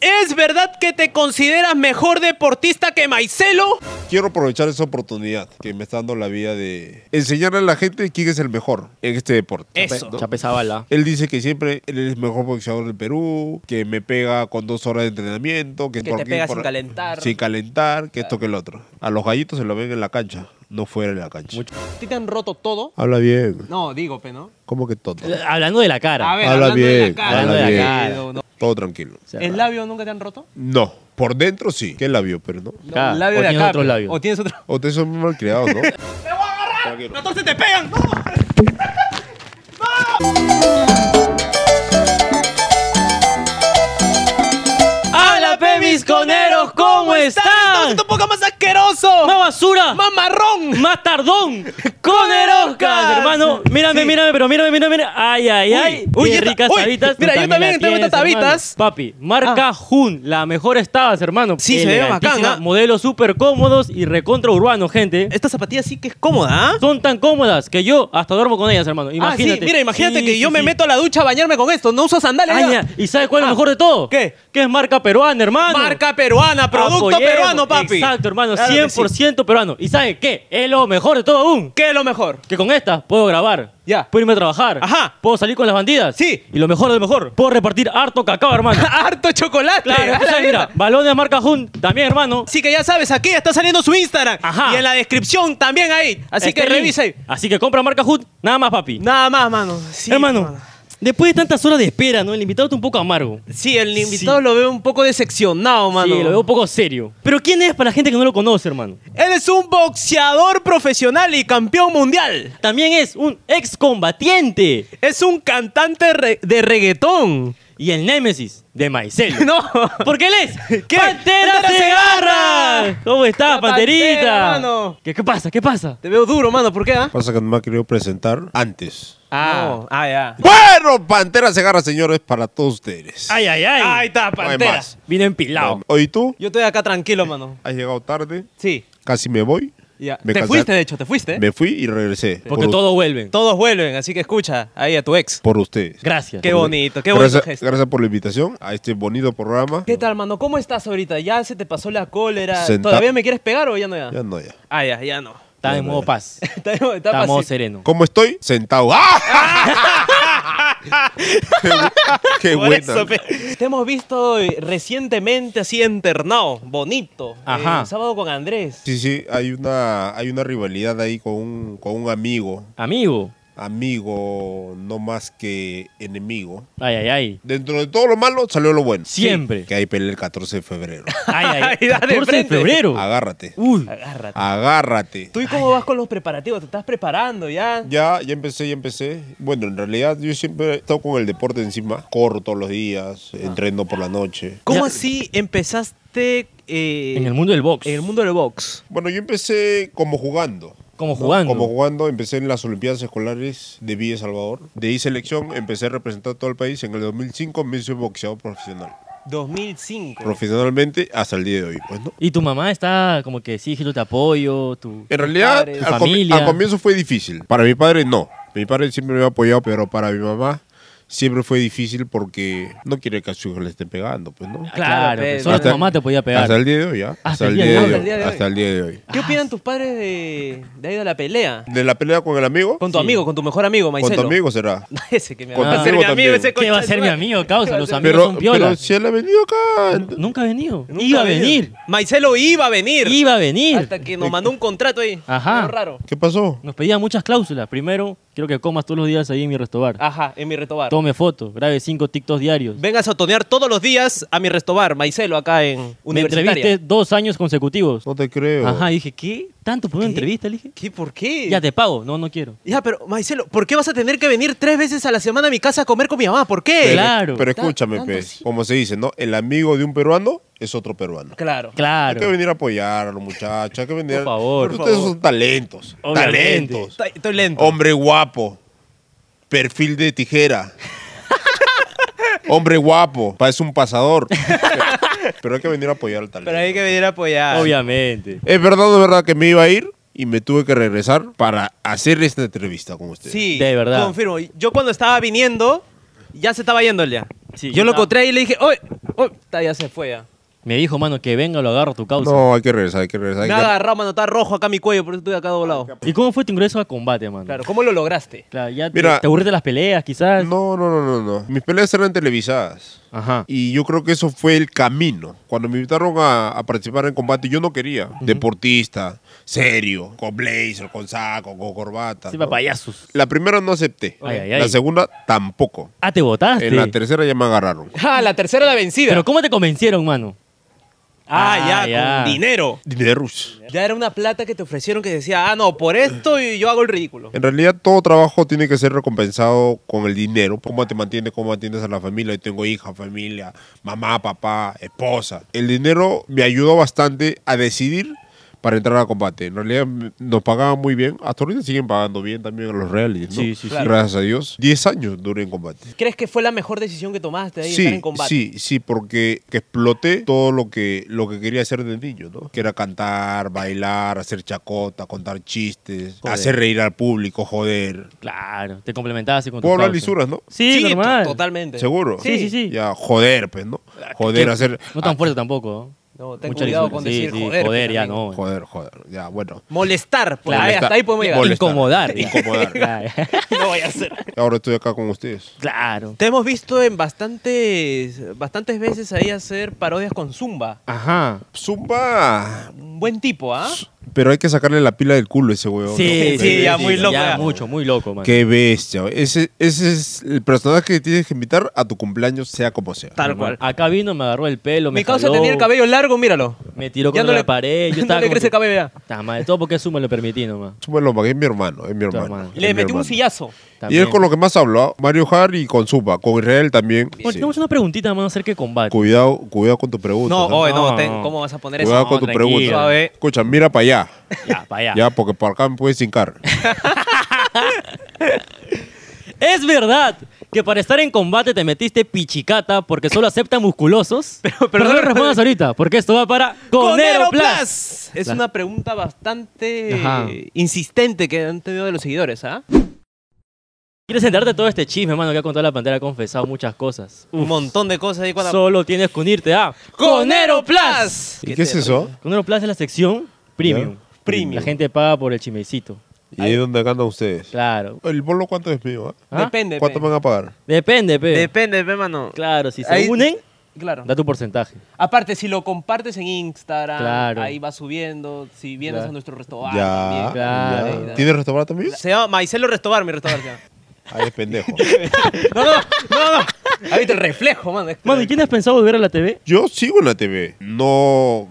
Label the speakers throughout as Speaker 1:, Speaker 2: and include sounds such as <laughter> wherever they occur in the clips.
Speaker 1: ¿Es verdad que te consideras mejor deportista que Maicelo?
Speaker 2: Quiero aprovechar esa oportunidad que me está dando la vida de enseñarle a la gente quién es el mejor en este deporte.
Speaker 1: Eso.
Speaker 2: ¿no?
Speaker 3: Chape Zavala.
Speaker 2: Él dice que siempre él es el mejor boxeador del Perú, que me pega con dos horas de entrenamiento, que,
Speaker 4: Que
Speaker 2: por
Speaker 4: te
Speaker 2: qué-
Speaker 4: pega
Speaker 2: por-
Speaker 4: sin calentar.
Speaker 2: Sin calentar, que esto que el otro. A los gallitos se lo ven en la cancha, no fuera de la cancha.
Speaker 4: ¿A ti te han roto todo?
Speaker 2: Habla bien,
Speaker 4: No, digo, pe, ¿no?
Speaker 2: ¿cómo que todo?
Speaker 3: Hablando de la cara.
Speaker 4: A ver,
Speaker 2: Habla
Speaker 4: hablando de
Speaker 2: bien,
Speaker 4: la cara.
Speaker 3: habla
Speaker 4: ¿no?
Speaker 3: bien.
Speaker 4: Querido, ¿no?
Speaker 2: Todo tranquilo.
Speaker 3: O sea,
Speaker 4: ¿El labio nunca te han roto?
Speaker 2: No, por dentro sí, que el labio, pero no.
Speaker 4: No,
Speaker 3: Acá.
Speaker 4: el labio
Speaker 3: O
Speaker 4: de
Speaker 3: tienes
Speaker 4: acá.
Speaker 3: otro
Speaker 4: pe.
Speaker 3: labio.
Speaker 4: O tienes otro.
Speaker 2: Ustedes son muy malcriados,
Speaker 4: <laughs>
Speaker 2: ¿no?
Speaker 1: ¡Entonces te pegan! ¡Hola, pe, mis coneros! ¿Cómo están?
Speaker 4: ¡Un poco más asqueroso!
Speaker 1: ¡Más basura!
Speaker 4: ¡Más marrón!
Speaker 1: ¡Más
Speaker 4: <laughs>
Speaker 1: tardón! ¡Coneroscas! Hermano, mírame, mírame, pero mírame, mírame. mírame. ay, ay, ay!
Speaker 4: uy,
Speaker 1: ¡Uy, qué
Speaker 4: esta-
Speaker 1: ricas
Speaker 4: uy,
Speaker 1: tabitas!
Speaker 4: mira,
Speaker 1: Tú
Speaker 4: yo
Speaker 1: la
Speaker 4: también tengo
Speaker 1: tienes,
Speaker 4: estas tabitas. Ah.
Speaker 1: hermano. Papi, marca Hun, la mejor estabas, hermano.
Speaker 4: Sí, se ve bacán,
Speaker 1: Elegantísima,
Speaker 4: ¿ah?
Speaker 1: Modelos súper cómodos y recontra urbano, gente.
Speaker 4: Esta zapatilla sí que es cómoda, ¿ah?
Speaker 1: Son tan cómodas que yo hasta duermo con ellas, hermano. Imagínate.
Speaker 4: Ah, sí, mira, imagínate
Speaker 1: Sí,
Speaker 4: que
Speaker 1: sí,
Speaker 4: yo me
Speaker 1: sí.
Speaker 4: meto a la ducha a bañarme con esto. No uso sandalias.
Speaker 1: Aña,
Speaker 4: ya.
Speaker 1: ¿Y sabes cuál es
Speaker 4: Ah,
Speaker 1: lo mejor de todo?
Speaker 4: ¿qué?
Speaker 1: Que es marca peruana, hermano.
Speaker 4: Marca peruana, producto
Speaker 1: Apoyemos.
Speaker 4: peruano, papi.
Speaker 1: Exacto, hermano.
Speaker 4: Claro que sí.
Speaker 1: 100% peruano. ¿Y sabes qué? Es lo mejor de todo aún.
Speaker 4: ¿Qué es lo mejor? <laughs>
Speaker 1: Que con esta puedo grabar.
Speaker 4: Ya.
Speaker 1: Puedo irme a trabajar.
Speaker 4: Ajá.
Speaker 1: Puedo salir con las bandidas.
Speaker 4: Sí.
Speaker 1: Y lo mejor de lo mejor, puedo repartir harto
Speaker 4: <laughs>
Speaker 1: cacao, hermano.
Speaker 4: ¡Harto chocolate!
Speaker 1: claro,
Speaker 4: A la
Speaker 1: entonces, mira,
Speaker 4: mierda.
Speaker 1: balones marca Jun también, hermano.
Speaker 4: Así que ya sabes, aquí está saliendo su Instagram.
Speaker 1: Ajá.
Speaker 4: Y en la descripción también ahí. Así
Speaker 1: Este
Speaker 4: que
Speaker 1: link.
Speaker 4: revisa ahí.
Speaker 1: Así que compra marca Jun, nada más, papi.
Speaker 4: Nada más, mano. Sí,
Speaker 1: hermano, después de tantas horas de espera, ¿no? El invitado está un poco amargo.
Speaker 4: Sí, el invitado lo veo un poco decepcionado, mano.
Speaker 1: Sí, lo veo un poco serio. Pero ¿quién es para la gente que no lo conoce, hermano?
Speaker 4: Él es un boxeador profesional y campeón mundial.
Speaker 1: También es un excombatiente
Speaker 4: Es un cantante re- de reggaetón.
Speaker 1: y el némesis de Maicel.
Speaker 4: <laughs> No.
Speaker 1: Porque él es
Speaker 4: <laughs> ¿Qué?
Speaker 1: Pantera,
Speaker 4: ¡Pantera Segarra!
Speaker 1: Segarra! ¿Cómo estás,
Speaker 4: La Pantera,
Speaker 1: Panterita?
Speaker 4: mano.
Speaker 1: ¿Qué, ¿Qué pasa? ¿Qué pasa?
Speaker 4: Te veo duro, mano. ¿Por qué, ah?
Speaker 2: Pasa que no me ha querido presentar antes.
Speaker 4: No. Ah, ya.
Speaker 2: Bueno, Pantera se agarra, señores, para todos ustedes.
Speaker 1: Ay, ay, ay.
Speaker 4: Ahí está,
Speaker 2: No hay
Speaker 4: Pantera.
Speaker 2: más.
Speaker 1: Vino empilado.
Speaker 2: Hoy tú
Speaker 4: Yo estoy acá tranquilo, mano.
Speaker 2: has llegado tarde,
Speaker 4: Sí.
Speaker 2: casi me voy.
Speaker 4: Ya.
Speaker 2: Me
Speaker 4: te
Speaker 2: cansé.
Speaker 4: fuiste, de eh? hecho, te fuiste.
Speaker 2: Me fui y regresé.
Speaker 1: Porque
Speaker 2: por,
Speaker 1: todo vuelven.
Speaker 4: Todos vuelven, así que escucha ahí a tu ex.
Speaker 2: Por ustedes.
Speaker 1: Gracias.
Speaker 4: Qué bonito, qué bonito
Speaker 2: Gracias,
Speaker 4: gesto.
Speaker 2: gracias por la invitación a este bonito programa.
Speaker 4: ¿Qué tal, mano? ¿Cómo estás ahorita? ¿Ya se te pasó la cólera?
Speaker 2: Senta-
Speaker 4: ¿Todavía me quieres pegar o ya no ya?
Speaker 2: Ya no, ya.
Speaker 4: Ah, ya, ya no. <laughs>
Speaker 1: Está en modo paz.
Speaker 4: está, está
Speaker 1: <laughs> Está en modo
Speaker 4: pacífico.
Speaker 1: sereno.
Speaker 2: ¿Cómo estoy? Sentado. ¡Ah!
Speaker 4: <laughs>
Speaker 2: ¡Qué, bu- qué
Speaker 4: Por
Speaker 2: buena!
Speaker 4: eso, pe. Te hemos visto eh, recientemente así internado, bonito. eh,
Speaker 1: Ajá.
Speaker 4: el sábado con Andrés.
Speaker 2: Sí, sí, hay una, hay una rivalidad ahí con un, con un amigo.
Speaker 1: Amigo.
Speaker 2: Amigo, no más que enemigo.
Speaker 1: Ay, ay, ay.
Speaker 2: Dentro de todo lo malo salió lo bueno.
Speaker 1: Siempre.
Speaker 2: Que hay pelea el 14 de febrero.
Speaker 1: Ay,
Speaker 4: <laughs>
Speaker 1: ay.
Speaker 4: Ay, dale,
Speaker 1: 14 de
Speaker 4: frente.
Speaker 1: febrero.
Speaker 2: Agárrate.
Speaker 1: Uy.
Speaker 4: Agárrate.
Speaker 2: Agárrate.
Speaker 4: ¿Tú y cómo vas con los preparativos? ¿Te estás preparando ya?
Speaker 2: Ya, ya empecé, ya empecé. Bueno, en realidad yo siempre he estado con el deporte encima. Corro todos los días,
Speaker 1: Ah.
Speaker 2: entreno por la noche.
Speaker 4: ¿Cómo
Speaker 1: Ya.
Speaker 4: así empezaste eh,
Speaker 1: En el mundo del box.
Speaker 4: en el mundo del box?
Speaker 2: Bueno, yo empecé como jugando.
Speaker 1: Como jugando.
Speaker 2: Como jugando, empecé en las Olimpiadas Escolares de Villa Salvador. De ahí selección, empecé a representar todo el país. En el 2005 me hice boxeador profesional.
Speaker 4: 2005.
Speaker 2: Profesionalmente hasta el día de hoy, pues, ¿no?
Speaker 1: Y tu mamá está como que sí, yo te apoyo, tu...
Speaker 2: En realidad,
Speaker 4: padres,
Speaker 2: al, comi-
Speaker 1: familia.
Speaker 2: al comienzo fue difícil. Para mi padre, no. Mi padre siempre me ha apoyado, pero para mi mamá siempre fue difícil porque no quiere que a su hijo le esté pegando, pues, ¿no?
Speaker 1: Ah, Claro,
Speaker 4: Claro,
Speaker 1: que
Speaker 4: pero-
Speaker 1: solo tu mamá te podía pegar.
Speaker 2: Hasta el día de hoy, ¿ya? Hasta, el día, de hoy. Hasta el día de hoy.
Speaker 4: ¿Qué opinan tus padres de, de ahí de la pelea?
Speaker 2: ¿De la pelea con el amigo?
Speaker 4: Con tu amigo, con tu mejor amigo,
Speaker 2: Con
Speaker 4: Maicelo.
Speaker 2: tu amigo será.
Speaker 4: ese que me
Speaker 2: Con
Speaker 4: va a ser
Speaker 2: tu
Speaker 4: mi
Speaker 2: amigo
Speaker 4: amigo,
Speaker 2: también.
Speaker 4: ese
Speaker 1: ¿Qué va a
Speaker 4: concha
Speaker 1: ser
Speaker 4: de
Speaker 1: mi
Speaker 4: su madre?
Speaker 1: amigo, causa?
Speaker 4: ¿Qué va a
Speaker 1: Los
Speaker 4: ser?
Speaker 1: amigos
Speaker 2: Pero,
Speaker 1: son piola.
Speaker 2: pero si él ha venido acá.
Speaker 1: Nunca ha venido.
Speaker 4: Nunca
Speaker 1: Iba a
Speaker 4: ha venido.
Speaker 1: venir.
Speaker 4: Maicelo iba a venir.
Speaker 1: Iba a venir.
Speaker 4: Hasta que nos mandó un contrato ahí.
Speaker 1: Ajá.
Speaker 4: Medio raro.
Speaker 2: ¿Qué pasó?
Speaker 1: Nos pedía muchas cláusulas. Primero, quiero que comas todos los días ahí en mi restobar.
Speaker 4: Ajá, en mi restobar.
Speaker 1: Tome foto, grabe cinco TikToks diarios.
Speaker 4: Vengas a tonear todos los días a mi restobar, Maicelo, acá en
Speaker 1: Me
Speaker 4: Universitaria.
Speaker 1: entreviste dos años consecutivos.
Speaker 2: No te creo.
Speaker 1: Ajá, dije, ¿qué? ¿Tanto por una
Speaker 4: ¿Qué?
Speaker 1: entrevista? Le dije,
Speaker 4: ¿Qué? ¿Por qué?
Speaker 1: ya te pago. No, no quiero.
Speaker 4: Ya, pero Maicelo, ¿por qué vas a tener que venir tres veces a la semana a mi casa a comer con mi mamá? ¿Por qué?
Speaker 2: Pero-
Speaker 1: Claro.
Speaker 2: Pero
Speaker 4: Ta-
Speaker 2: escúchame,
Speaker 4: tanto
Speaker 2: pues,
Speaker 4: sí.
Speaker 2: como se dice, ¿no? El amigo de un peruano es otro peruano.
Speaker 4: Claro.
Speaker 2: Hay que
Speaker 1: Claro.
Speaker 2: venir a apoyar a los muchachos, hay que venir...
Speaker 1: Por favor.
Speaker 2: Ustedes
Speaker 4: Por favor.
Speaker 2: son talentos.
Speaker 1: Obviamente.
Speaker 2: Talentos.
Speaker 4: Estoy, estoy lento.
Speaker 2: Hombre guapo. Perfil de tijera. Hombre guapo. Parece un pasador. Pero hay que venir a apoyar al talento.
Speaker 4: Pero hay que venir a apoyar.
Speaker 1: Obviamente.
Speaker 2: Es verdad, de verdad que me iba a ir y me tuve que regresar para hacer esta entrevista con ustedes.
Speaker 4: Sí,
Speaker 1: De verdad.
Speaker 4: Confirmo. Yo cuando estaba viniendo, ya se estaba yendo el día.
Speaker 1: Sí,
Speaker 4: Yo lo
Speaker 1: ah,
Speaker 4: encontré ahí y le dije, ¡oye! oye", ta, ya se fue ya.
Speaker 1: Me dijo, mano, que venga, lo agarro a tu causa.
Speaker 2: No, hay que regresar, hay que regresar. hay
Speaker 4: Me
Speaker 2: que-
Speaker 4: ha agarrado, mano, está rojo acá mi cuello, por eso estoy acá doblado.
Speaker 1: ¿Y cómo fue tu ingreso a combate, mano?
Speaker 4: Claro, ¿cómo lo lograste? <laughs>
Speaker 1: Claro, ya te-
Speaker 2: Mira.
Speaker 1: te aburriste de las peleas, quizás.
Speaker 2: No, no, no, no, no. Mis peleas eran televisadas.
Speaker 1: Ajá.
Speaker 2: Y yo creo que eso fue el camino. Cuando me invitaron a, a participar en combate, yo no quería. Deportista, serio, con blazer, con saco, con corbata.
Speaker 1: Sí,
Speaker 2: ¿no?
Speaker 1: payasos.
Speaker 2: La primera no acepté.
Speaker 1: Ay, ay,
Speaker 2: La
Speaker 1: ay.
Speaker 2: segunda tampoco.
Speaker 1: Ah, te votaste.
Speaker 2: En la tercera ya me agarraron.
Speaker 4: Ah, la tercera la vencida.
Speaker 1: Pero ¿cómo te convencieron, mano?
Speaker 4: ah, ya,
Speaker 1: Ah, ya.
Speaker 4: con dinero.
Speaker 2: Dineros.
Speaker 4: Ya era una plata que te ofrecieron que decía, ah, no, por esto y yo hago el ridículo.
Speaker 2: En realidad todo trabajo tiene que ser recompensado con el dinero. Cómo te mantienes, cómo mantienes a la familia. Yo tengo hija, familia, mamá, papá, esposa. El dinero me ayudó bastante a decidir para entrar a combate. En realidad m- nos pagaban muy bien. Hasta ahorita siguen pagando bien también a los reales. ¿no?
Speaker 1: Sí, sí, sí.
Speaker 2: Gracias a Dios. 10 años duré en combate.
Speaker 4: ¿Crees que fue la mejor decisión que tomaste ahí
Speaker 2: Sí,
Speaker 4: estar en combate?
Speaker 2: sí, sí, porque que exploté todo lo que, lo que quería hacer de niño, ¿no? Que era cantar, bailar, hacer chacota, contar chistes,
Speaker 1: Joder.
Speaker 2: hacer reír al público, joder.
Speaker 1: Claro, te complementabas con tu
Speaker 2: Puedo hablar
Speaker 1: causa.
Speaker 2: lisuras, ¿no?
Speaker 1: Sí,
Speaker 4: to-
Speaker 1: normal.
Speaker 4: totalmente.
Speaker 2: ¿Seguro?
Speaker 1: Sí, sí, sí.
Speaker 2: Ya, joder, pues, ¿no? Joder,
Speaker 1: Que-
Speaker 2: hacer...
Speaker 1: No tan
Speaker 2: ah,
Speaker 1: fuerte tampoco.
Speaker 4: No, ten
Speaker 1: Mucha
Speaker 4: cuidado
Speaker 1: lisura.
Speaker 4: con
Speaker 1: Sí,
Speaker 4: decir
Speaker 1: sí,
Speaker 4: joder. pues,
Speaker 1: ya
Speaker 4: amigo.
Speaker 1: no.
Speaker 2: Joder, joder, ya, bueno.
Speaker 4: Molestar, pues,
Speaker 1: Claro.
Speaker 4: ahí, hasta ahí podemos llegar.
Speaker 2: Molestar.
Speaker 1: Incomodar. <laughs> ya.
Speaker 2: Incomodar.
Speaker 1: Claro.
Speaker 4: <laughs> no voy a hacer.
Speaker 2: Ahora estoy acá con ustedes.
Speaker 1: Claro.
Speaker 4: Te hemos visto en bastantes, bastantes veces ahí hacer parodias con Zumba.
Speaker 1: Ajá.
Speaker 2: Zumba.
Speaker 4: Un buen tipo, ¿ah?
Speaker 2: Pero hay que sacarle la pila del culo a ese huevón.
Speaker 1: Sí, sí,
Speaker 2: ¿no?
Speaker 4: sí, ya muy loco,
Speaker 1: Ya
Speaker 4: ya.
Speaker 1: mucho, muy loco, mano.
Speaker 2: Qué bestia. Ese, ese es el personaje que tienes que invitar a tu cumpleaños, sea como sea.
Speaker 4: Tal
Speaker 1: Normal.
Speaker 4: cual.
Speaker 1: Acá vino, me agarró el pelo, me
Speaker 4: Mi causa
Speaker 1: jaló,
Speaker 4: tenía el cabello largo, míralo.
Speaker 1: Me tiró
Speaker 4: Ya
Speaker 1: contra
Speaker 4: no le-
Speaker 1: la pared.
Speaker 4: <laughs>
Speaker 1: Yo
Speaker 4: no
Speaker 1: estaba
Speaker 4: le
Speaker 1: como
Speaker 4: crece
Speaker 1: que,
Speaker 4: el cabello ya.
Speaker 1: "Ta madre, todo porque sumo lo permití nomás.
Speaker 2: Zumba Lomba, que es mi hermano, es mi hermano.
Speaker 1: hermano.
Speaker 2: es
Speaker 4: Le
Speaker 2: mi
Speaker 4: metí un
Speaker 2: hermano.
Speaker 4: sillazo.
Speaker 2: Y
Speaker 1: También.
Speaker 2: es con lo que más hablo, ¿ah? Mario Har y con Zumba, con Israel también.
Speaker 1: Bueno,
Speaker 2: Sí.
Speaker 1: tenemos una preguntita, mano, acerca de combate.
Speaker 2: Cuidado, cuidado con tu pregunta.
Speaker 4: No,
Speaker 2: ¿no?
Speaker 4: oye, no,
Speaker 1: No.
Speaker 4: ten- ¿cómo vas a poner eso?
Speaker 2: Cuidado con tu
Speaker 1: tranquilo.
Speaker 2: pregunta.
Speaker 4: Suave.
Speaker 2: Escucha, mira para allá.
Speaker 1: Ya, para allá.
Speaker 2: Ya, porque por acá me puedes hincar.
Speaker 1: Es verdad que para estar en combate te metiste pichicata porque solo acepta musculosos. Pero,
Speaker 4: <laughs> pero-
Speaker 1: no lo respondas ahorita, porque esto va para Conero Plus.
Speaker 4: Es
Speaker 1: Claro.
Speaker 4: una pregunta bastante
Speaker 1: Ajá.
Speaker 4: eh, insistente que han tenido de los seguidores, ¿ah?
Speaker 1: ¿Quieres enterarte de todo este chisme, mano, que ha contado la pantera? Ha confesado muchas cosas.
Speaker 4: Un montón de cosas ahí cuando...
Speaker 1: Solo tienes que unirte a
Speaker 4: ¡Conero
Speaker 1: Conero
Speaker 4: Plus!
Speaker 1: Plus.
Speaker 2: ¿Y qué es eso?
Speaker 1: Conero Plus es la sección premium.
Speaker 4: Premium.
Speaker 1: La gente paga por el chimecito.
Speaker 2: ¿Y ahí dónde andan ustedes?
Speaker 1: Claro.
Speaker 2: ¿El bolo cuánto es mío? ah?
Speaker 1: ¿Ah?
Speaker 4: Depende,
Speaker 2: ¿Cuánto me
Speaker 4: pe.
Speaker 2: van a pagar?
Speaker 1: Depende, pe.
Speaker 4: Depende, pe, mano.
Speaker 1: claro, si se
Speaker 4: Ahí-
Speaker 1: unen,
Speaker 4: Claro.
Speaker 1: da tu porcentaje.
Speaker 4: Aparte, si lo compartes en Instagram,
Speaker 1: Claro.
Speaker 4: ahí va subiendo. Si vienes
Speaker 1: Claro.
Speaker 4: a nuestro restaurante
Speaker 2: ya.
Speaker 4: también.
Speaker 1: Claro.
Speaker 2: ya. ¿Tienes restaurante también?
Speaker 4: Se llama Maicelo Restobar, mi restaurante. se llama.
Speaker 2: Ahí es
Speaker 1: <laughs>
Speaker 2: pendejo.
Speaker 4: No, no, no, no. Ahí viste el reflejo, mano. Es que-
Speaker 1: Mano, ¿y quién has pensado volver a la TV?
Speaker 2: Yo sigo en la TV. No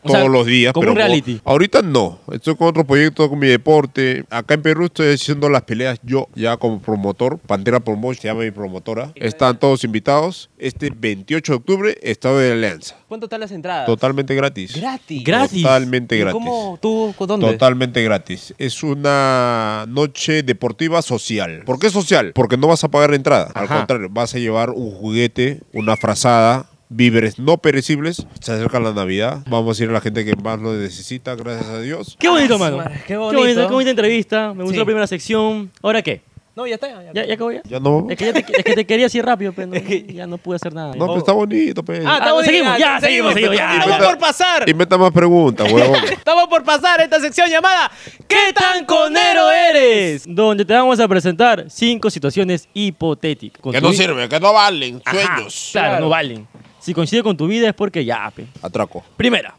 Speaker 1: O
Speaker 2: todos
Speaker 1: sea,
Speaker 2: los días,
Speaker 1: como
Speaker 2: pero
Speaker 1: un reality.
Speaker 2: ahorita no. Estoy con otro proyecto, con mi deporte. Acá en Perú estoy haciendo las peleas yo, ya como promotor. Pantera Promotion, se llama mi promotora. Están todos invitados. Este 28 de octubre, Estado de Alianza.
Speaker 4: ¿Cuánto están las entradas?
Speaker 2: Totalmente gratis.
Speaker 4: Gratis.
Speaker 1: Gratis.
Speaker 2: Totalmente
Speaker 4: ¿Y
Speaker 2: gratis.
Speaker 4: ¿Cómo tú? ¿Con dónde?
Speaker 2: Totalmente gratis. Es una noche deportiva social. ¿Por qué social? Porque no vas a pagar entrada. Al
Speaker 1: Ajá.
Speaker 2: contrario, vas a llevar un juguete, una frazada. Víveres no perecibles, se acerca la Navidad, vamos a ir a la gente que más lo necesita, gracias a Dios.
Speaker 1: Qué bonito,
Speaker 4: Ah, su
Speaker 1: mano.
Speaker 4: madre, qué
Speaker 1: Qué
Speaker 4: bonito.
Speaker 1: bonita, qué bonita entrevista. Me gustó
Speaker 4: Sí.
Speaker 1: la primera sección. ¿Ahora qué?
Speaker 4: No, ya está. Ya,
Speaker 1: ¿Ya, ya acabó ya?
Speaker 2: Ya no vamos.
Speaker 1: Es que, ya te, es que te quería así rápido, pero ya no pude hacer nada.
Speaker 2: No, pero está bonito, pues.
Speaker 4: Ah, está
Speaker 1: Ah,
Speaker 4: bueno,
Speaker 1: seguimos, ya, seguimos, seguimos, ya,
Speaker 4: Estamos
Speaker 2: ya.
Speaker 4: por pasar.
Speaker 2: Inventa más preguntas,
Speaker 1: <laughs>
Speaker 2: huevón.
Speaker 4: Estamos por pasar esta sección llamada ¿Qué tan conero eres?
Speaker 1: Donde te vamos a presentar cinco situaciones hipotéticas. Con
Speaker 2: que
Speaker 1: tu
Speaker 2: no
Speaker 1: vi-
Speaker 2: sirven, que no valen,
Speaker 1: Ajá,
Speaker 2: sueños.
Speaker 1: Claro,
Speaker 4: Claro.
Speaker 1: no valen. Si coincide con tu vida es porque ya, pe.
Speaker 2: Atraco.
Speaker 1: Primera,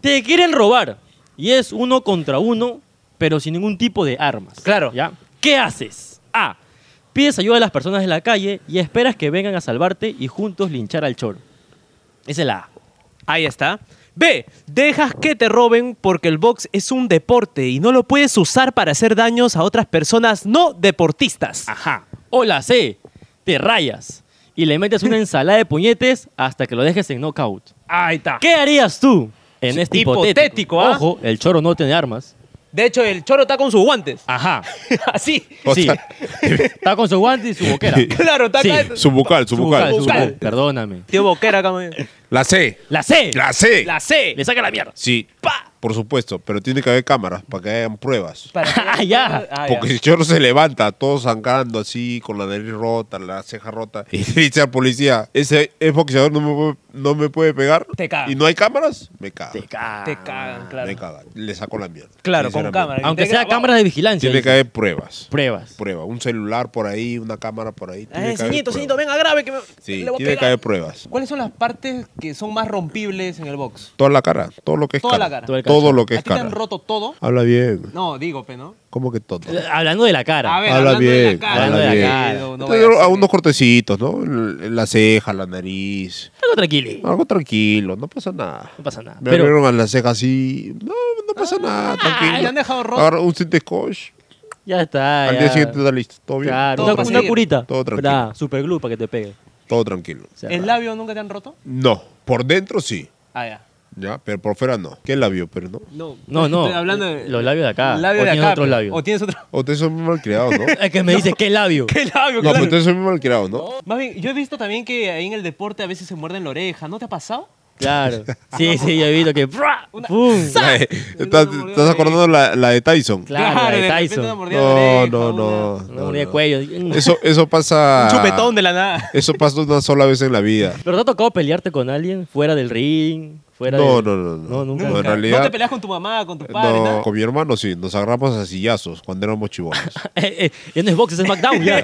Speaker 1: te quieren robar y es uno contra uno, pero sin ningún tipo de armas.
Speaker 4: Claro.
Speaker 1: ¿Ya? ¿Qué haces? A. Pides ayuda a las personas de la calle y esperas que vengan a salvarte y juntos linchar al choro. Esa es la A.
Speaker 4: Ahí está. B. Dejas que te roben porque el box es un deporte y no lo puedes usar para hacer daños a otras personas no deportistas.
Speaker 1: Ajá. O la C. Te rayas y le metes una ensalada de puñetes hasta que lo dejes en knockout.
Speaker 4: Ahí está.
Speaker 1: ¿Qué harías tú en
Speaker 4: Ah. Sí,
Speaker 1: este
Speaker 4: hipotético, ¿ah?
Speaker 1: Ojo, el choro no tiene armas.
Speaker 4: De hecho, el choro está con sus guantes.
Speaker 1: Ajá.
Speaker 4: <laughs> Así.
Speaker 2: O
Speaker 1: sí.
Speaker 2: sea- <laughs>
Speaker 1: está con su guante y su boquera.
Speaker 4: Claro, está
Speaker 1: Sí.
Speaker 4: acá.
Speaker 2: Su bucal, su
Speaker 1: Su bucal,
Speaker 2: bucal.
Speaker 1: su
Speaker 2: su
Speaker 1: bucal.
Speaker 2: bucal.
Speaker 1: Perdóname.
Speaker 4: Tío Boquera acá. man.
Speaker 2: La C.
Speaker 1: La C.
Speaker 2: La C.
Speaker 4: La C.
Speaker 1: Le saca la mierda.
Speaker 2: Sí.
Speaker 4: Pa.
Speaker 2: Por supuesto, pero tiene que haber cámaras para que hagan pruebas.
Speaker 4: <laughs> Para que-
Speaker 1: Ah, ya.
Speaker 4: Ah, ya.
Speaker 2: Porque si el chorro se levanta, todo zancando así, con la nariz rota, la ceja rota, <laughs> y le dice al policía, ese es boxeador, no me puede, no me puede pegar.
Speaker 4: Te caga.
Speaker 2: Y no hay cámaras, me caga.
Speaker 1: Te cagas.
Speaker 4: Te cagan,
Speaker 2: Ah, Me
Speaker 4: claro. Eh,
Speaker 2: caga. Le saco la mierda.
Speaker 4: Claro, con
Speaker 2: sinceramente.
Speaker 4: cámara.
Speaker 1: Aunque
Speaker 4: Te
Speaker 1: sea
Speaker 4: grababa.
Speaker 1: cámaras de vigilancia.
Speaker 2: Tiene que
Speaker 1: dice.
Speaker 2: haber pruebas.
Speaker 1: Pruebas.
Speaker 2: Prueba. Un celular por ahí, una cámara por ahí. tiene
Speaker 4: Eh,
Speaker 2: que haber
Speaker 4: ceñito,
Speaker 2: pruebas.
Speaker 4: ceñito, venga, grave que me...
Speaker 2: Sí,
Speaker 4: le voy a
Speaker 2: tiene que
Speaker 4: pegar.
Speaker 2: haber pruebas.
Speaker 4: ¿Cuáles son las partes que son más rompibles en el box?
Speaker 2: Toda la cara, todo lo que es
Speaker 4: Toda
Speaker 2: cara.
Speaker 4: la cara.
Speaker 1: Todo el
Speaker 2: Todo
Speaker 1: cacho.
Speaker 2: lo que
Speaker 4: ¿A
Speaker 2: es
Speaker 4: ti te han
Speaker 2: cara.
Speaker 4: roto todo?
Speaker 2: Habla bien.
Speaker 4: No, digo, pe, ¿no?
Speaker 2: ¿Cómo que tonto?
Speaker 1: Eh, Hablando de la cara.
Speaker 4: A ver,
Speaker 2: Habla
Speaker 4: hablando de la
Speaker 2: bien,
Speaker 4: cara,
Speaker 1: habla
Speaker 4: no,
Speaker 1: bien.
Speaker 4: no, no
Speaker 2: Te
Speaker 4: vayas a
Speaker 2: dieron a
Speaker 4: decir
Speaker 2: unos
Speaker 4: que-
Speaker 2: cortecitos, ¿no? En- en La ceja, la nariz.
Speaker 1: Algo tranquilo.
Speaker 2: Algo tranquilo, no pasa nada.
Speaker 1: No pasa nada.
Speaker 2: Me
Speaker 1: Pero,
Speaker 2: abrieron a la ceja así. No, no pasa nada,
Speaker 4: ¿le
Speaker 2: tranquilo.
Speaker 4: han dejado roto?
Speaker 2: Agarra un cinta scotch.
Speaker 1: ya está.
Speaker 2: Al
Speaker 1: Ah, ya.
Speaker 2: día siguiente está listo. Todo bien.
Speaker 1: Claro,
Speaker 4: Todo
Speaker 1: una,
Speaker 4: tranquilo.
Speaker 1: una curita.
Speaker 2: Todo tranquilo.
Speaker 1: Nah, superglue para que te pegue.
Speaker 2: Todo tranquilo.
Speaker 1: O sea,
Speaker 4: ¿El labio nunca te han roto?
Speaker 2: No, por dentro sí.
Speaker 4: Ah, ya.
Speaker 2: Ya, pero por fuera no. ¿Qué labio? Pero no.
Speaker 4: No,
Speaker 1: No, no,
Speaker 4: estoy hablando de...
Speaker 1: los labios de acá.
Speaker 4: Labio
Speaker 1: O
Speaker 4: de
Speaker 1: tienes
Speaker 4: acá,
Speaker 1: otros
Speaker 4: pe.
Speaker 1: labios.
Speaker 4: O tienes <laughs> otro...
Speaker 2: Ustedes son muy malcriados, ¿no?
Speaker 1: Es que me dices, ¿qué labio?
Speaker 4: ¿Qué labio?
Speaker 2: No, pues, pero
Speaker 4: claro?
Speaker 2: ustedes son muy malcriados, ¿no?
Speaker 4: Más bien, yo he visto también que ahí en el deporte a veces se muerden la oreja. ¿No te ha pasado?
Speaker 1: Claro. Sí, sí, yo he visto que. ¡bra!
Speaker 4: Una- <laughs>
Speaker 1: ¡Pum!
Speaker 2: Ay, ¿Estás, estás acordando la, la de Tyson?
Speaker 1: Claro, la de
Speaker 4: de repente
Speaker 1: Tyson.
Speaker 4: una mordida de
Speaker 2: No,
Speaker 4: oreja,
Speaker 2: no,
Speaker 4: una-
Speaker 2: no.
Speaker 1: Una
Speaker 2: no,
Speaker 1: unidad de
Speaker 2: no.
Speaker 1: cuello.
Speaker 2: Eso, eso pasa.
Speaker 4: <laughs> Un chupetón de la nada.
Speaker 2: Eso pasa una sola vez en la vida.
Speaker 1: ¿Pero te ha tocado pelearte con alguien fuera del ring? Fuera
Speaker 2: No,
Speaker 1: del-
Speaker 2: no, no, no.
Speaker 1: No, nunca.
Speaker 2: No, en realidad-
Speaker 4: No te peleas con tu mamá, con tu padre,
Speaker 2: No,
Speaker 4: nada.
Speaker 2: con mi hermano sí, nos agarramos a sillazos cuando éramos chibolos.
Speaker 1: <laughs> Eh, eh, ya no es box, es SmackDown
Speaker 4: <laughs>
Speaker 1: ya.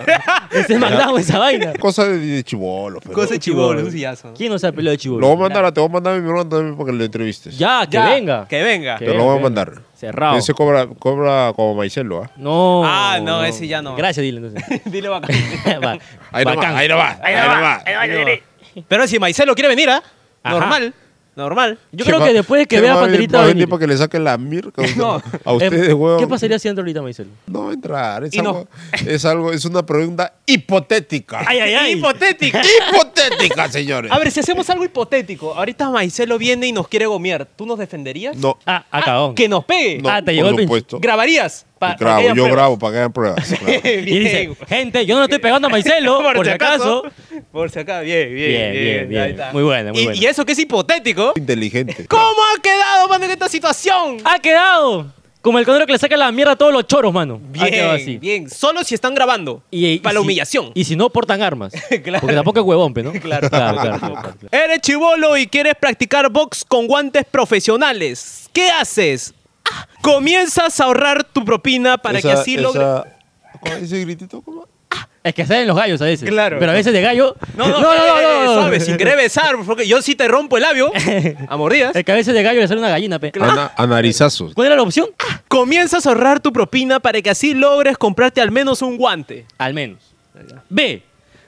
Speaker 1: es SmackDown esa vaina.
Speaker 2: Cosa de, de chibolos, pero.
Speaker 4: Cosa de chibolo, un sillazo. ¿no?
Speaker 1: ¿Quién no se ha peleado de
Speaker 2: Lo voy a
Speaker 1: chibolo?
Speaker 2: mandar, te voy a mandar a mi hermano también para que lo entrevistes.
Speaker 1: Ya, que
Speaker 4: Ah, Ya,
Speaker 1: venga.
Speaker 4: Que venga.
Speaker 1: Que-
Speaker 2: Te lo voy a
Speaker 1: Bien,
Speaker 2: mandar.
Speaker 1: Cerrado.
Speaker 2: Ese cobra, cobra como Maicelo, ¿ah?
Speaker 1: No.
Speaker 4: Ah, no, ese ya no.
Speaker 1: Gracias, dile
Speaker 4: <laughs>
Speaker 1: entonces.
Speaker 4: <laughs>
Speaker 1: <laughs>
Speaker 4: Dile bacán.
Speaker 1: Va-
Speaker 2: Ahí no
Speaker 1: bacán.
Speaker 2: va, ahí no va, ahí no va.
Speaker 4: Pero si Maicelo quiere venir, ¿ah?
Speaker 1: Ajá.
Speaker 4: Normal. Normal.
Speaker 1: Yo creo que después de que vea a Panterita
Speaker 2: va a
Speaker 1: va a
Speaker 2: venir
Speaker 1: venir.
Speaker 2: para que le saquen la mirca a usted-
Speaker 4: No.
Speaker 2: <laughs> a
Speaker 1: Eh,
Speaker 2: ustedes, weón.
Speaker 1: ¿Qué pasaría si entra ahorita Maicel?
Speaker 2: No va a entrar, es
Speaker 4: Y no.
Speaker 2: algo, es algo, es una pregunta hipotética.
Speaker 1: ay, ay. <laughs>
Speaker 4: Hipotética.
Speaker 2: <laughs> Hipotética, señores.
Speaker 4: A ver, si hacemos algo hipotético, ahorita Maicelo viene y nos quiere gomear, ¿tú nos defenderías?
Speaker 2: No,
Speaker 1: Ah,
Speaker 4: Ah,
Speaker 1: acabón.
Speaker 4: que nos pegue.
Speaker 2: no,
Speaker 1: Ah, te llegó el
Speaker 2: por
Speaker 1: pinche.
Speaker 2: supuesto.
Speaker 4: ¿Grabarías? Pa-
Speaker 2: Yo grabo,
Speaker 4: para que haya
Speaker 2: yo
Speaker 4: pruebas?
Speaker 2: grabo para que hagan pruebas. claro.
Speaker 1: Y
Speaker 4: <laughs>
Speaker 1: dice,
Speaker 4: Bien.
Speaker 1: gente, yo no le estoy pegando
Speaker 4: <laughs>
Speaker 1: a Maicelo, por, si acaso.
Speaker 4: Por si acaso, bien, bien, bien.
Speaker 1: Bien, bien, bien.
Speaker 4: Ahí está.
Speaker 1: Muy buena, muy
Speaker 4: y,
Speaker 1: buena.
Speaker 4: Y eso que es hipotético.
Speaker 2: Inteligente.
Speaker 4: ¿Cómo ha quedado, mano, en esta situación?
Speaker 1: Ha quedado como el condor que le saca la mierda a todos los choros, mano. ha
Speaker 4: Bien,
Speaker 1: quedado así.
Speaker 4: bien. Solo si están grabando.
Speaker 1: Y- y
Speaker 4: para la
Speaker 1: si-
Speaker 4: humillación.
Speaker 1: Y si no, portan armas.
Speaker 4: Claro.
Speaker 1: Porque tampoco es huevón, pe,
Speaker 4: <laughs>
Speaker 1: ¿no?
Speaker 4: Claro.
Speaker 1: claro, claro, claro, claro.
Speaker 4: Eres chivolo y quieres practicar box con guantes profesionales. ¿Qué haces? Ah, comienzas a ahorrar tu propina para que
Speaker 2: Esa-
Speaker 4: así logres.
Speaker 2: esa- ¿Cómo ese gritito? ¿Cómo?
Speaker 1: Es que salen los gallos a veces.
Speaker 4: Claro.
Speaker 1: Pero a veces de gallo.
Speaker 4: <laughs> No, no, no, no, suave, sin querer besar, porque yo sí te rompo el <laughs> labio a mordidas.
Speaker 1: Es que a veces de gallo le sale una gallina, pe.
Speaker 2: Ana- a narizazos.
Speaker 1: ¿Cuál era la opción?
Speaker 4: Ah. Comienzas a ahorrar tu propina para que así logres comprarte al menos un guante.
Speaker 1: Al menos. B.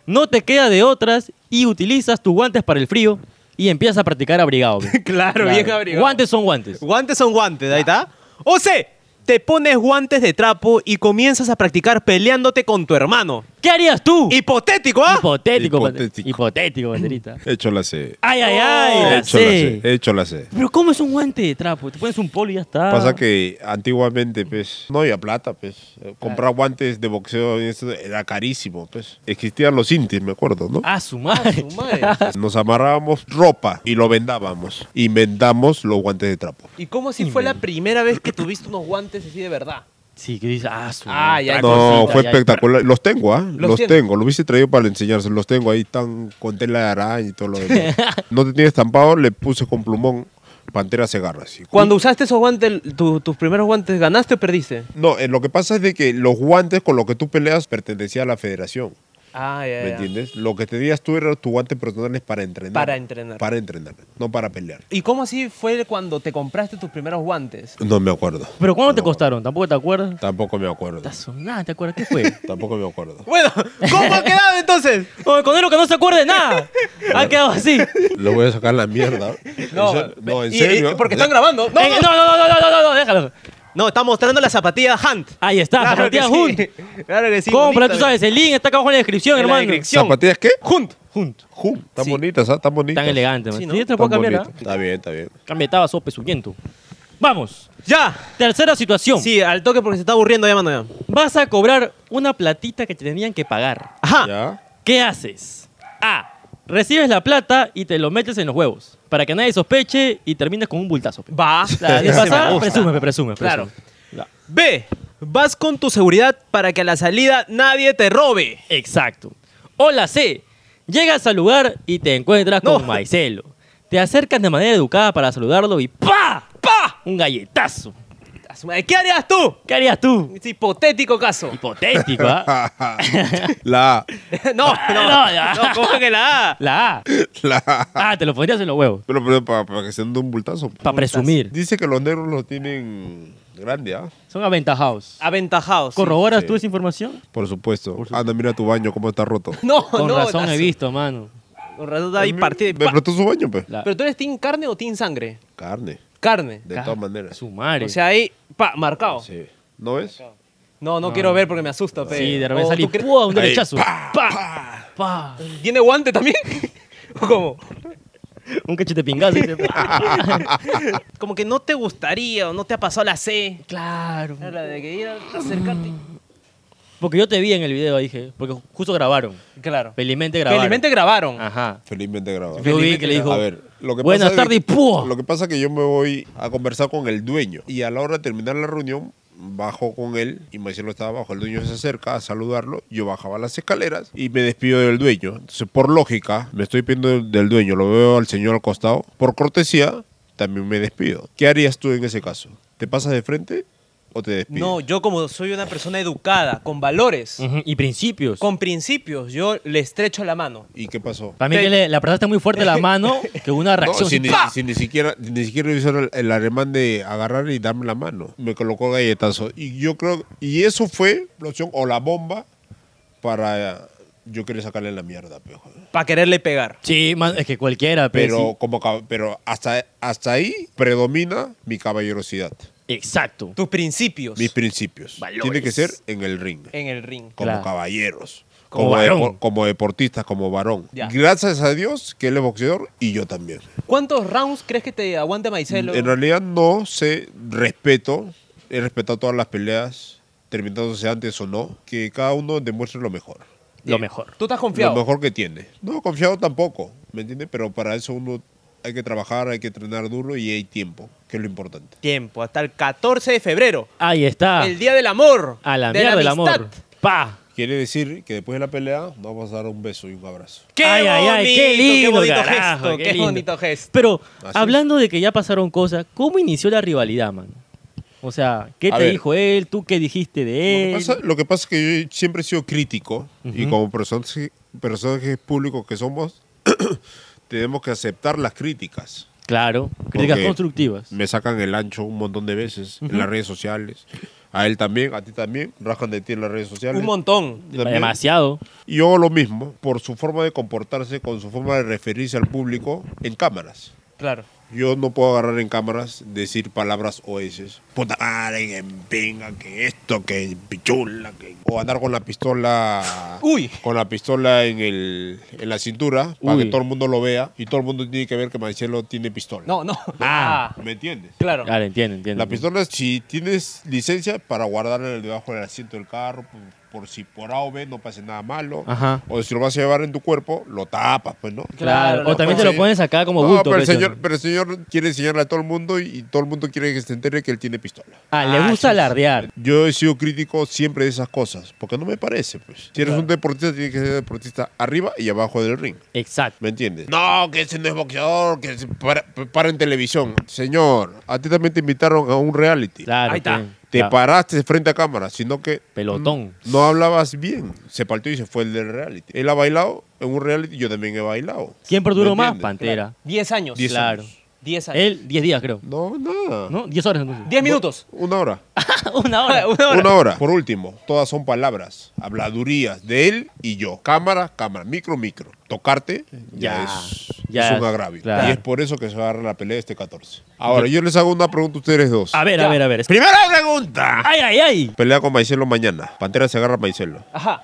Speaker 1: No te queda de otras y utilizas tus guantes para el frío y empiezas a practicar abrigado. pe.
Speaker 4: <laughs> Claro, bien abrigado.
Speaker 1: Guantes son guantes.
Speaker 4: Guantes son guantes, ahí está. O C, te pones guantes de trapo y comienzas a practicar peleándote con tu hermano.
Speaker 1: ¿Qué harías tú?
Speaker 4: Hipotético, ¿ah?
Speaker 1: Hipotético,
Speaker 2: Hipotético.
Speaker 1: Hipotético. Hipotético, banderita.
Speaker 2: Hecho la C.
Speaker 1: Ay, ay, ay.
Speaker 4: Ah,
Speaker 1: la
Speaker 2: Oh. Hecho la Eh.
Speaker 1: sé.
Speaker 2: C. Hecho la C.
Speaker 1: Pero ¿cómo es un guante de trapo? Te pones un polo y ya
Speaker 4: Ah.
Speaker 1: está.
Speaker 2: Pasa que antiguamente, pues, no había plata, pues. Eh, Comprar guantes de boxeo y eso era carísimo, pues. Existían los intis, me acuerdo, ¿no?
Speaker 1: Ah, su madre.
Speaker 4: <laughs> su madre.
Speaker 2: Nos amarrábamos ropa y lo vendábamos. Inventamos los guantes de trapo.
Speaker 4: ¿Y cómo si fue la primera vez que tuviste unos guantes así de verdad?
Speaker 1: Sí, que dices, ah, su
Speaker 4: Ah,
Speaker 1: madre.
Speaker 4: ya, Ay,
Speaker 2: No,
Speaker 1: cosita,
Speaker 2: fue
Speaker 1: ya.
Speaker 2: espectacular. Los tengo, ¿ah?
Speaker 4: Los
Speaker 2: Los,
Speaker 4: tienes.
Speaker 2: tengo. Los hubiese traído para enseñarse. Los tengo ahí tan con tela de araña y todo lo demás. no tenía estampado, le puse con plumón Pantera se agarra así.
Speaker 4: Cuando usaste esos guantes, tu- tus primeros guantes, ¿ganaste o perdiste?
Speaker 2: No, eh, lo que pasa es de que los guantes con los que tú peleas pertenecían a la federación.
Speaker 4: Ah, ya, ya.
Speaker 2: ¿Me entiendes? Lo que tenías tú eran tus guantes personales para entrenar.
Speaker 4: Para entrenar.
Speaker 2: Para entrenar, no para pelear.
Speaker 4: ¿Y cómo así fue cuando te compraste tus primeros guantes?
Speaker 2: No me acuerdo.
Speaker 1: Pero ¿cuándo te
Speaker 2: No,
Speaker 1: costaron? ¿Tampoco te acuerdas?
Speaker 2: Tampoco me acuerdo.
Speaker 1: Estás nada, ¿te acuerdas? ¿Qué fue?
Speaker 2: Tampoco me acuerdo.
Speaker 4: Bueno, ¿cómo ha quedado entonces?
Speaker 1: Oh, Con Conero que no se acuerde
Speaker 2: <laughs>
Speaker 1: de nada. Ha quedado así.
Speaker 2: Lo voy a sacar la mierda.
Speaker 4: No,
Speaker 2: En ser- no, en
Speaker 4: y- y-
Speaker 2: serio.
Speaker 4: porque están grabando. No,
Speaker 1: <laughs> Venga,
Speaker 4: no,
Speaker 1: No, no, no, no, no, no, no, déjalo.
Speaker 4: Eh, No, está mostrando la zapatilla Hunt.
Speaker 1: Ahí está,
Speaker 4: que
Speaker 1: zapatilla
Speaker 4: <laughs> sí.
Speaker 1: Hunt.
Speaker 4: Claro que sí.
Speaker 1: Compra,
Speaker 4: bonita,
Speaker 1: tú sabes, el link está acá abajo en la descripción,
Speaker 4: En la
Speaker 1: hermano.
Speaker 4: descripción.
Speaker 2: ¿Zapatillas qué?
Speaker 4: Hunt.
Speaker 1: Junto.
Speaker 2: Ju, Tan
Speaker 4: Sí.
Speaker 2: bonitas, ¿ah? Tan bonitas.
Speaker 1: Tan elegante, man.
Speaker 4: Sí,
Speaker 1: Sí,
Speaker 4: ¿no?
Speaker 1: yo te lo
Speaker 2: Tan
Speaker 1: puedo cambiar,
Speaker 2: bonitas.
Speaker 1: ¿ah?
Speaker 2: Está bien, está bien.
Speaker 1: Cambia de taba, sope, subiendo. Vamos.
Speaker 4: Ya.
Speaker 1: Tercera situación.
Speaker 4: Sí, al toque porque se está aburriendo ya, mano. ya.
Speaker 1: Vas a Ah. cobrar una platita que te tenían que pagar.
Speaker 4: Ajá.
Speaker 2: ¿Ya?
Speaker 1: ¿Qué haces? A. Recibes la plata y te lo metes en los huevos. Para que nadie sospeche y termines con un bultazo. pe.
Speaker 4: Va.
Speaker 1: La de
Speaker 4: ese me
Speaker 1: pasar,
Speaker 4: gusta.
Speaker 1: presume, pe, presume, presume.
Speaker 4: Claro.
Speaker 1: La-
Speaker 4: B. Vas con tu seguridad para que a la salida nadie te robe.
Speaker 1: Exacto. O la C. Llegas al lugar y te encuentras
Speaker 4: No.
Speaker 1: con Maicelo. Te acercas de manera educada para saludarlo y ¡pa!
Speaker 4: ¡Pa!
Speaker 1: Un galletazo.
Speaker 4: ¿Qué harías tú?
Speaker 1: ¿Qué harías tú?
Speaker 4: Este hipotético caso. <laughs>
Speaker 1: Hipotético, ¿ah?
Speaker 2: <laughs> la A,
Speaker 4: no,
Speaker 1: no,
Speaker 4: no,
Speaker 1: ya.
Speaker 4: no, ¿cómo que la A?
Speaker 1: La A.
Speaker 2: la A.
Speaker 1: Ah, te lo pondrías en los huevos.
Speaker 2: Pero, pero para, para que se den un bultazo.
Speaker 1: Para presumir.
Speaker 2: Dice que los negros lo tienen grande, ¿ah?
Speaker 1: Son
Speaker 4: Ah,
Speaker 1: aventajados.
Speaker 4: Aventajados.
Speaker 1: ¿Corroboras
Speaker 2: sí.
Speaker 1: tú esa información?
Speaker 2: Por supuesto. Anda, mira tu baño, cómo está roto.
Speaker 4: No,
Speaker 1: <laughs> Con
Speaker 4: no.
Speaker 1: razón
Speaker 4: Tazo.
Speaker 1: he visto, mano.
Speaker 4: Con razón ahí partida. y
Speaker 2: Me
Speaker 4: pa.
Speaker 2: prestó su baño, pues.
Speaker 1: La-
Speaker 4: Pero tú eres team carne o team sangre?
Speaker 2: Carne,
Speaker 4: Carne.
Speaker 2: de todas maneras.
Speaker 1: Su madre.
Speaker 4: O sea, ahí, pa, marcado.
Speaker 2: Sí. ¿No ves?
Speaker 4: No, no, quiero ver porque me asusta, pe.
Speaker 1: Ah. sí, de
Speaker 4: O
Speaker 1: repente
Speaker 4: tú
Speaker 1: salí.
Speaker 4: cre-
Speaker 1: ¡pua! Un
Speaker 2: Ahí,
Speaker 1: derechazo.
Speaker 2: pa,
Speaker 1: ¡Pa! ¡Pa!
Speaker 4: ¿Tiene guante también? <laughs> ¿O cómo?
Speaker 1: Un cachete
Speaker 4: <laughs>
Speaker 1: pingazo. y te-
Speaker 4: Como que no te gustaría o no te ha pasado la C.
Speaker 1: claro.
Speaker 4: La de que ir a acercarte.
Speaker 1: Mm. Porque yo te vi en el video, dije. Porque justo grabaron.
Speaker 4: Claro.
Speaker 1: Felizmente grabaron.
Speaker 4: Felizmente grabaron.
Speaker 1: Ajá.
Speaker 2: Felizmente grabado.
Speaker 1: Yo vi que le dijo.
Speaker 2: A ver, lo que
Speaker 1: Buenas
Speaker 2: pasa es
Speaker 1: tardes,
Speaker 2: que-
Speaker 1: púa".
Speaker 2: Lo que pasa es que yo me voy a conversar con el dueño y a la hora de terminar la reunión bajo con él y Marcelo estaba abajo. El dueño se acerca a saludarlo, yo bajaba las escaleras y me despido del dueño. Entonces, por lógica, me estoy pidiendo del, del dueño, lo veo al señor al costado. Por cortesía, también me despido. ¿Qué harías tú en ese caso? ¿Te pasas de frente o te
Speaker 1: Ah,
Speaker 2: despides?
Speaker 4: No, yo como soy una persona educada, con valores,
Speaker 1: Ujú, Y principios.
Speaker 4: con principios, yo le estrecho la mano.
Speaker 2: ¿Y qué pasó?
Speaker 1: Para mí que le, le apretaste muy
Speaker 4: <laughs>
Speaker 1: fuerte la mano que hubo una
Speaker 2: No,
Speaker 1: reacción.
Speaker 2: si,
Speaker 1: así,
Speaker 2: ni,
Speaker 1: ¡pa!
Speaker 2: si ni siquiera ni siquiera revisaron el, el aremán de agarrar y darme la mano. Me colocó galletazo. Y yo creo. Y eso fue la opción o la bomba para. Yo quería sacarle la mierda, pe, joder.
Speaker 4: Para quererle pegar.
Speaker 1: Sí, man, es que cualquiera, pero.
Speaker 2: Pero, como, cab- pero hasta, hasta ahí predomina mi caballerosidad,
Speaker 1: Exacto.
Speaker 4: Tus principios
Speaker 2: mis principios.
Speaker 1: Pues, Valores. Eh,
Speaker 2: Tiene que ser en el ring,
Speaker 4: en el ring.
Speaker 2: como
Speaker 1: Claro.
Speaker 2: caballeros,
Speaker 1: Como
Speaker 2: como,
Speaker 1: varón.
Speaker 2: depo- como deportistas, como varón.
Speaker 4: Ya.
Speaker 2: Gracias a Dios que él es boxeador y yo también.
Speaker 4: ¿Cuántos rounds crees que te aguanta
Speaker 1: Mm,
Speaker 4: Maicelo?
Speaker 2: En realidad no sé, respeto, he respetado todas las peleas, terminándose antes o no, que cada uno demuestre lo mejor,
Speaker 1: Lo mejor.
Speaker 4: ¿Tú estás confiado?
Speaker 2: lo mejor que tiene. No confiado tampoco, ¿me entiendes? Pero para eso uno hay que trabajar, hay que entrenar duro y hay tiempo, que es lo importante.
Speaker 4: Tiempo, hasta el 14 de febrero.
Speaker 1: Ahí está.
Speaker 4: El día del amor.
Speaker 1: Ah. A la
Speaker 4: de
Speaker 1: mierda del
Speaker 4: amistad.
Speaker 1: amor. ¡Pa!
Speaker 2: Quiere decir que después de la pelea nos vamos a dar un beso y un abrazo.
Speaker 4: ¡Qué
Speaker 1: ay, ay, ay, qué
Speaker 4: bonito,
Speaker 1: lindo,
Speaker 4: qué bonito
Speaker 1: carajo,
Speaker 4: gesto!
Speaker 1: qué
Speaker 4: ¡Qué,
Speaker 1: lindo.
Speaker 4: bonito gesto!
Speaker 1: Pero
Speaker 2: Así es.
Speaker 1: hablando de que ya pasaron cosas, ¿cómo inició la rivalidad, man? O sea, ¿qué
Speaker 2: A
Speaker 1: te
Speaker 2: ver.
Speaker 1: dijo él? ¿Tú qué dijiste
Speaker 2: Lo
Speaker 1: de
Speaker 2: que,
Speaker 1: él?
Speaker 2: pasa, lo que pasa es que yo siempre he sido crítico y como personaje- personajes públicos que somos, <clears throat> tenemos que aceptar las críticas.
Speaker 1: Claro, críticas
Speaker 2: Porque
Speaker 1: constructivas.
Speaker 2: Me sacan el ancho un montón de veces en las redes sociales. A él también, a ti también, rajan de ti en las redes sociales.
Speaker 4: Un montón.
Speaker 2: También.
Speaker 1: Demasiado.
Speaker 2: Y yo hago lo mismo por su forma de comportarse, con su forma de referirse al público en cámaras.
Speaker 4: Claro.
Speaker 2: Yo no puedo agarrar en cámaras, decir palabras oeces. Puta madre, que venga, que esto, que pichula, que... O andar con la pistola...
Speaker 4: Uy.
Speaker 2: Con la pistola en, el, en la cintura, para
Speaker 1: Uy.
Speaker 2: que todo el mundo lo vea. Y todo el mundo tiene que ver que Marcelo tiene pistola.
Speaker 4: No, no.
Speaker 1: Ah.
Speaker 2: ¿Me entiendes?
Speaker 4: claro.
Speaker 1: Claro, entiendo, entiendo.
Speaker 2: La pistola, si tienes licencia para guardarla en el- debajo del asiento del carro, por, por si por A o B no pase nada malo.
Speaker 1: Ajá.
Speaker 2: O si lo vas a llevar en tu cuerpo, lo tapas, pues, ¿no?
Speaker 1: Claro.
Speaker 4: Claro,
Speaker 1: O también
Speaker 2: pues,
Speaker 1: te lo
Speaker 2: sí.
Speaker 1: pones acá como
Speaker 2: No,
Speaker 1: bulto.
Speaker 2: pero, el
Speaker 1: pues,
Speaker 2: señor, pero el señor quiere enseñarle a todo el mundo y, y todo el mundo quiere que se entere que él tiene pistola.
Speaker 1: Ah, le
Speaker 4: Ah,
Speaker 1: gusta
Speaker 4: sí, sí.
Speaker 1: alardear.
Speaker 2: Yo he sido crítico siempre de esas cosas, porque no me parece, pues. Si eres un deportista, tienes que ser deportista arriba y abajo del ring.
Speaker 1: Exacto.
Speaker 2: ¿Me entiendes? No, que ese no es boxeador, que se para, para en televisión. Señor, a ti también te invitaron a un reality.
Speaker 1: Claro.
Speaker 4: Ahí está.
Speaker 1: pues,
Speaker 2: Te
Speaker 1: claro.
Speaker 2: paraste frente a cámara, sino que
Speaker 1: Pelotón.
Speaker 2: no hablabas bien. Se partió y se fue el del reality. Él ha bailado en un reality, yo también he bailado.
Speaker 1: ¿Quién perduró
Speaker 2: ¿Me
Speaker 1: más?
Speaker 2: entiendes?
Speaker 1: Pantera.
Speaker 4: 10 años.
Speaker 2: Diez
Speaker 1: Claro.
Speaker 2: años.
Speaker 4: Diez años.
Speaker 1: Él, 10 días creo.
Speaker 2: No, nada.
Speaker 1: ¿No? 10 horas entonces.
Speaker 4: 10 minutos.
Speaker 2: Una hora.
Speaker 1: <laughs> Una
Speaker 4: <laughs>
Speaker 1: hora.
Speaker 4: Una hora.
Speaker 2: Una hora. Por último, todas son palabras, habladurías de él y yo. Cámara, cámara, micro, micro. Tocarte ya,
Speaker 1: Ya,
Speaker 2: es,
Speaker 1: ya,
Speaker 2: es un agravio.
Speaker 1: claro.
Speaker 2: Y es por eso que se va a agarrar la pelea este 14. Ahora, yo les hago una pregunta a ustedes dos.
Speaker 1: A ver, a
Speaker 4: Ya.
Speaker 1: ver, a ver.
Speaker 2: Primera pregunta.
Speaker 1: ¡Ay, ay, ay!
Speaker 2: Pelea con Maicelo mañana. Pantera se agarra a Maicelo.
Speaker 4: Ajá.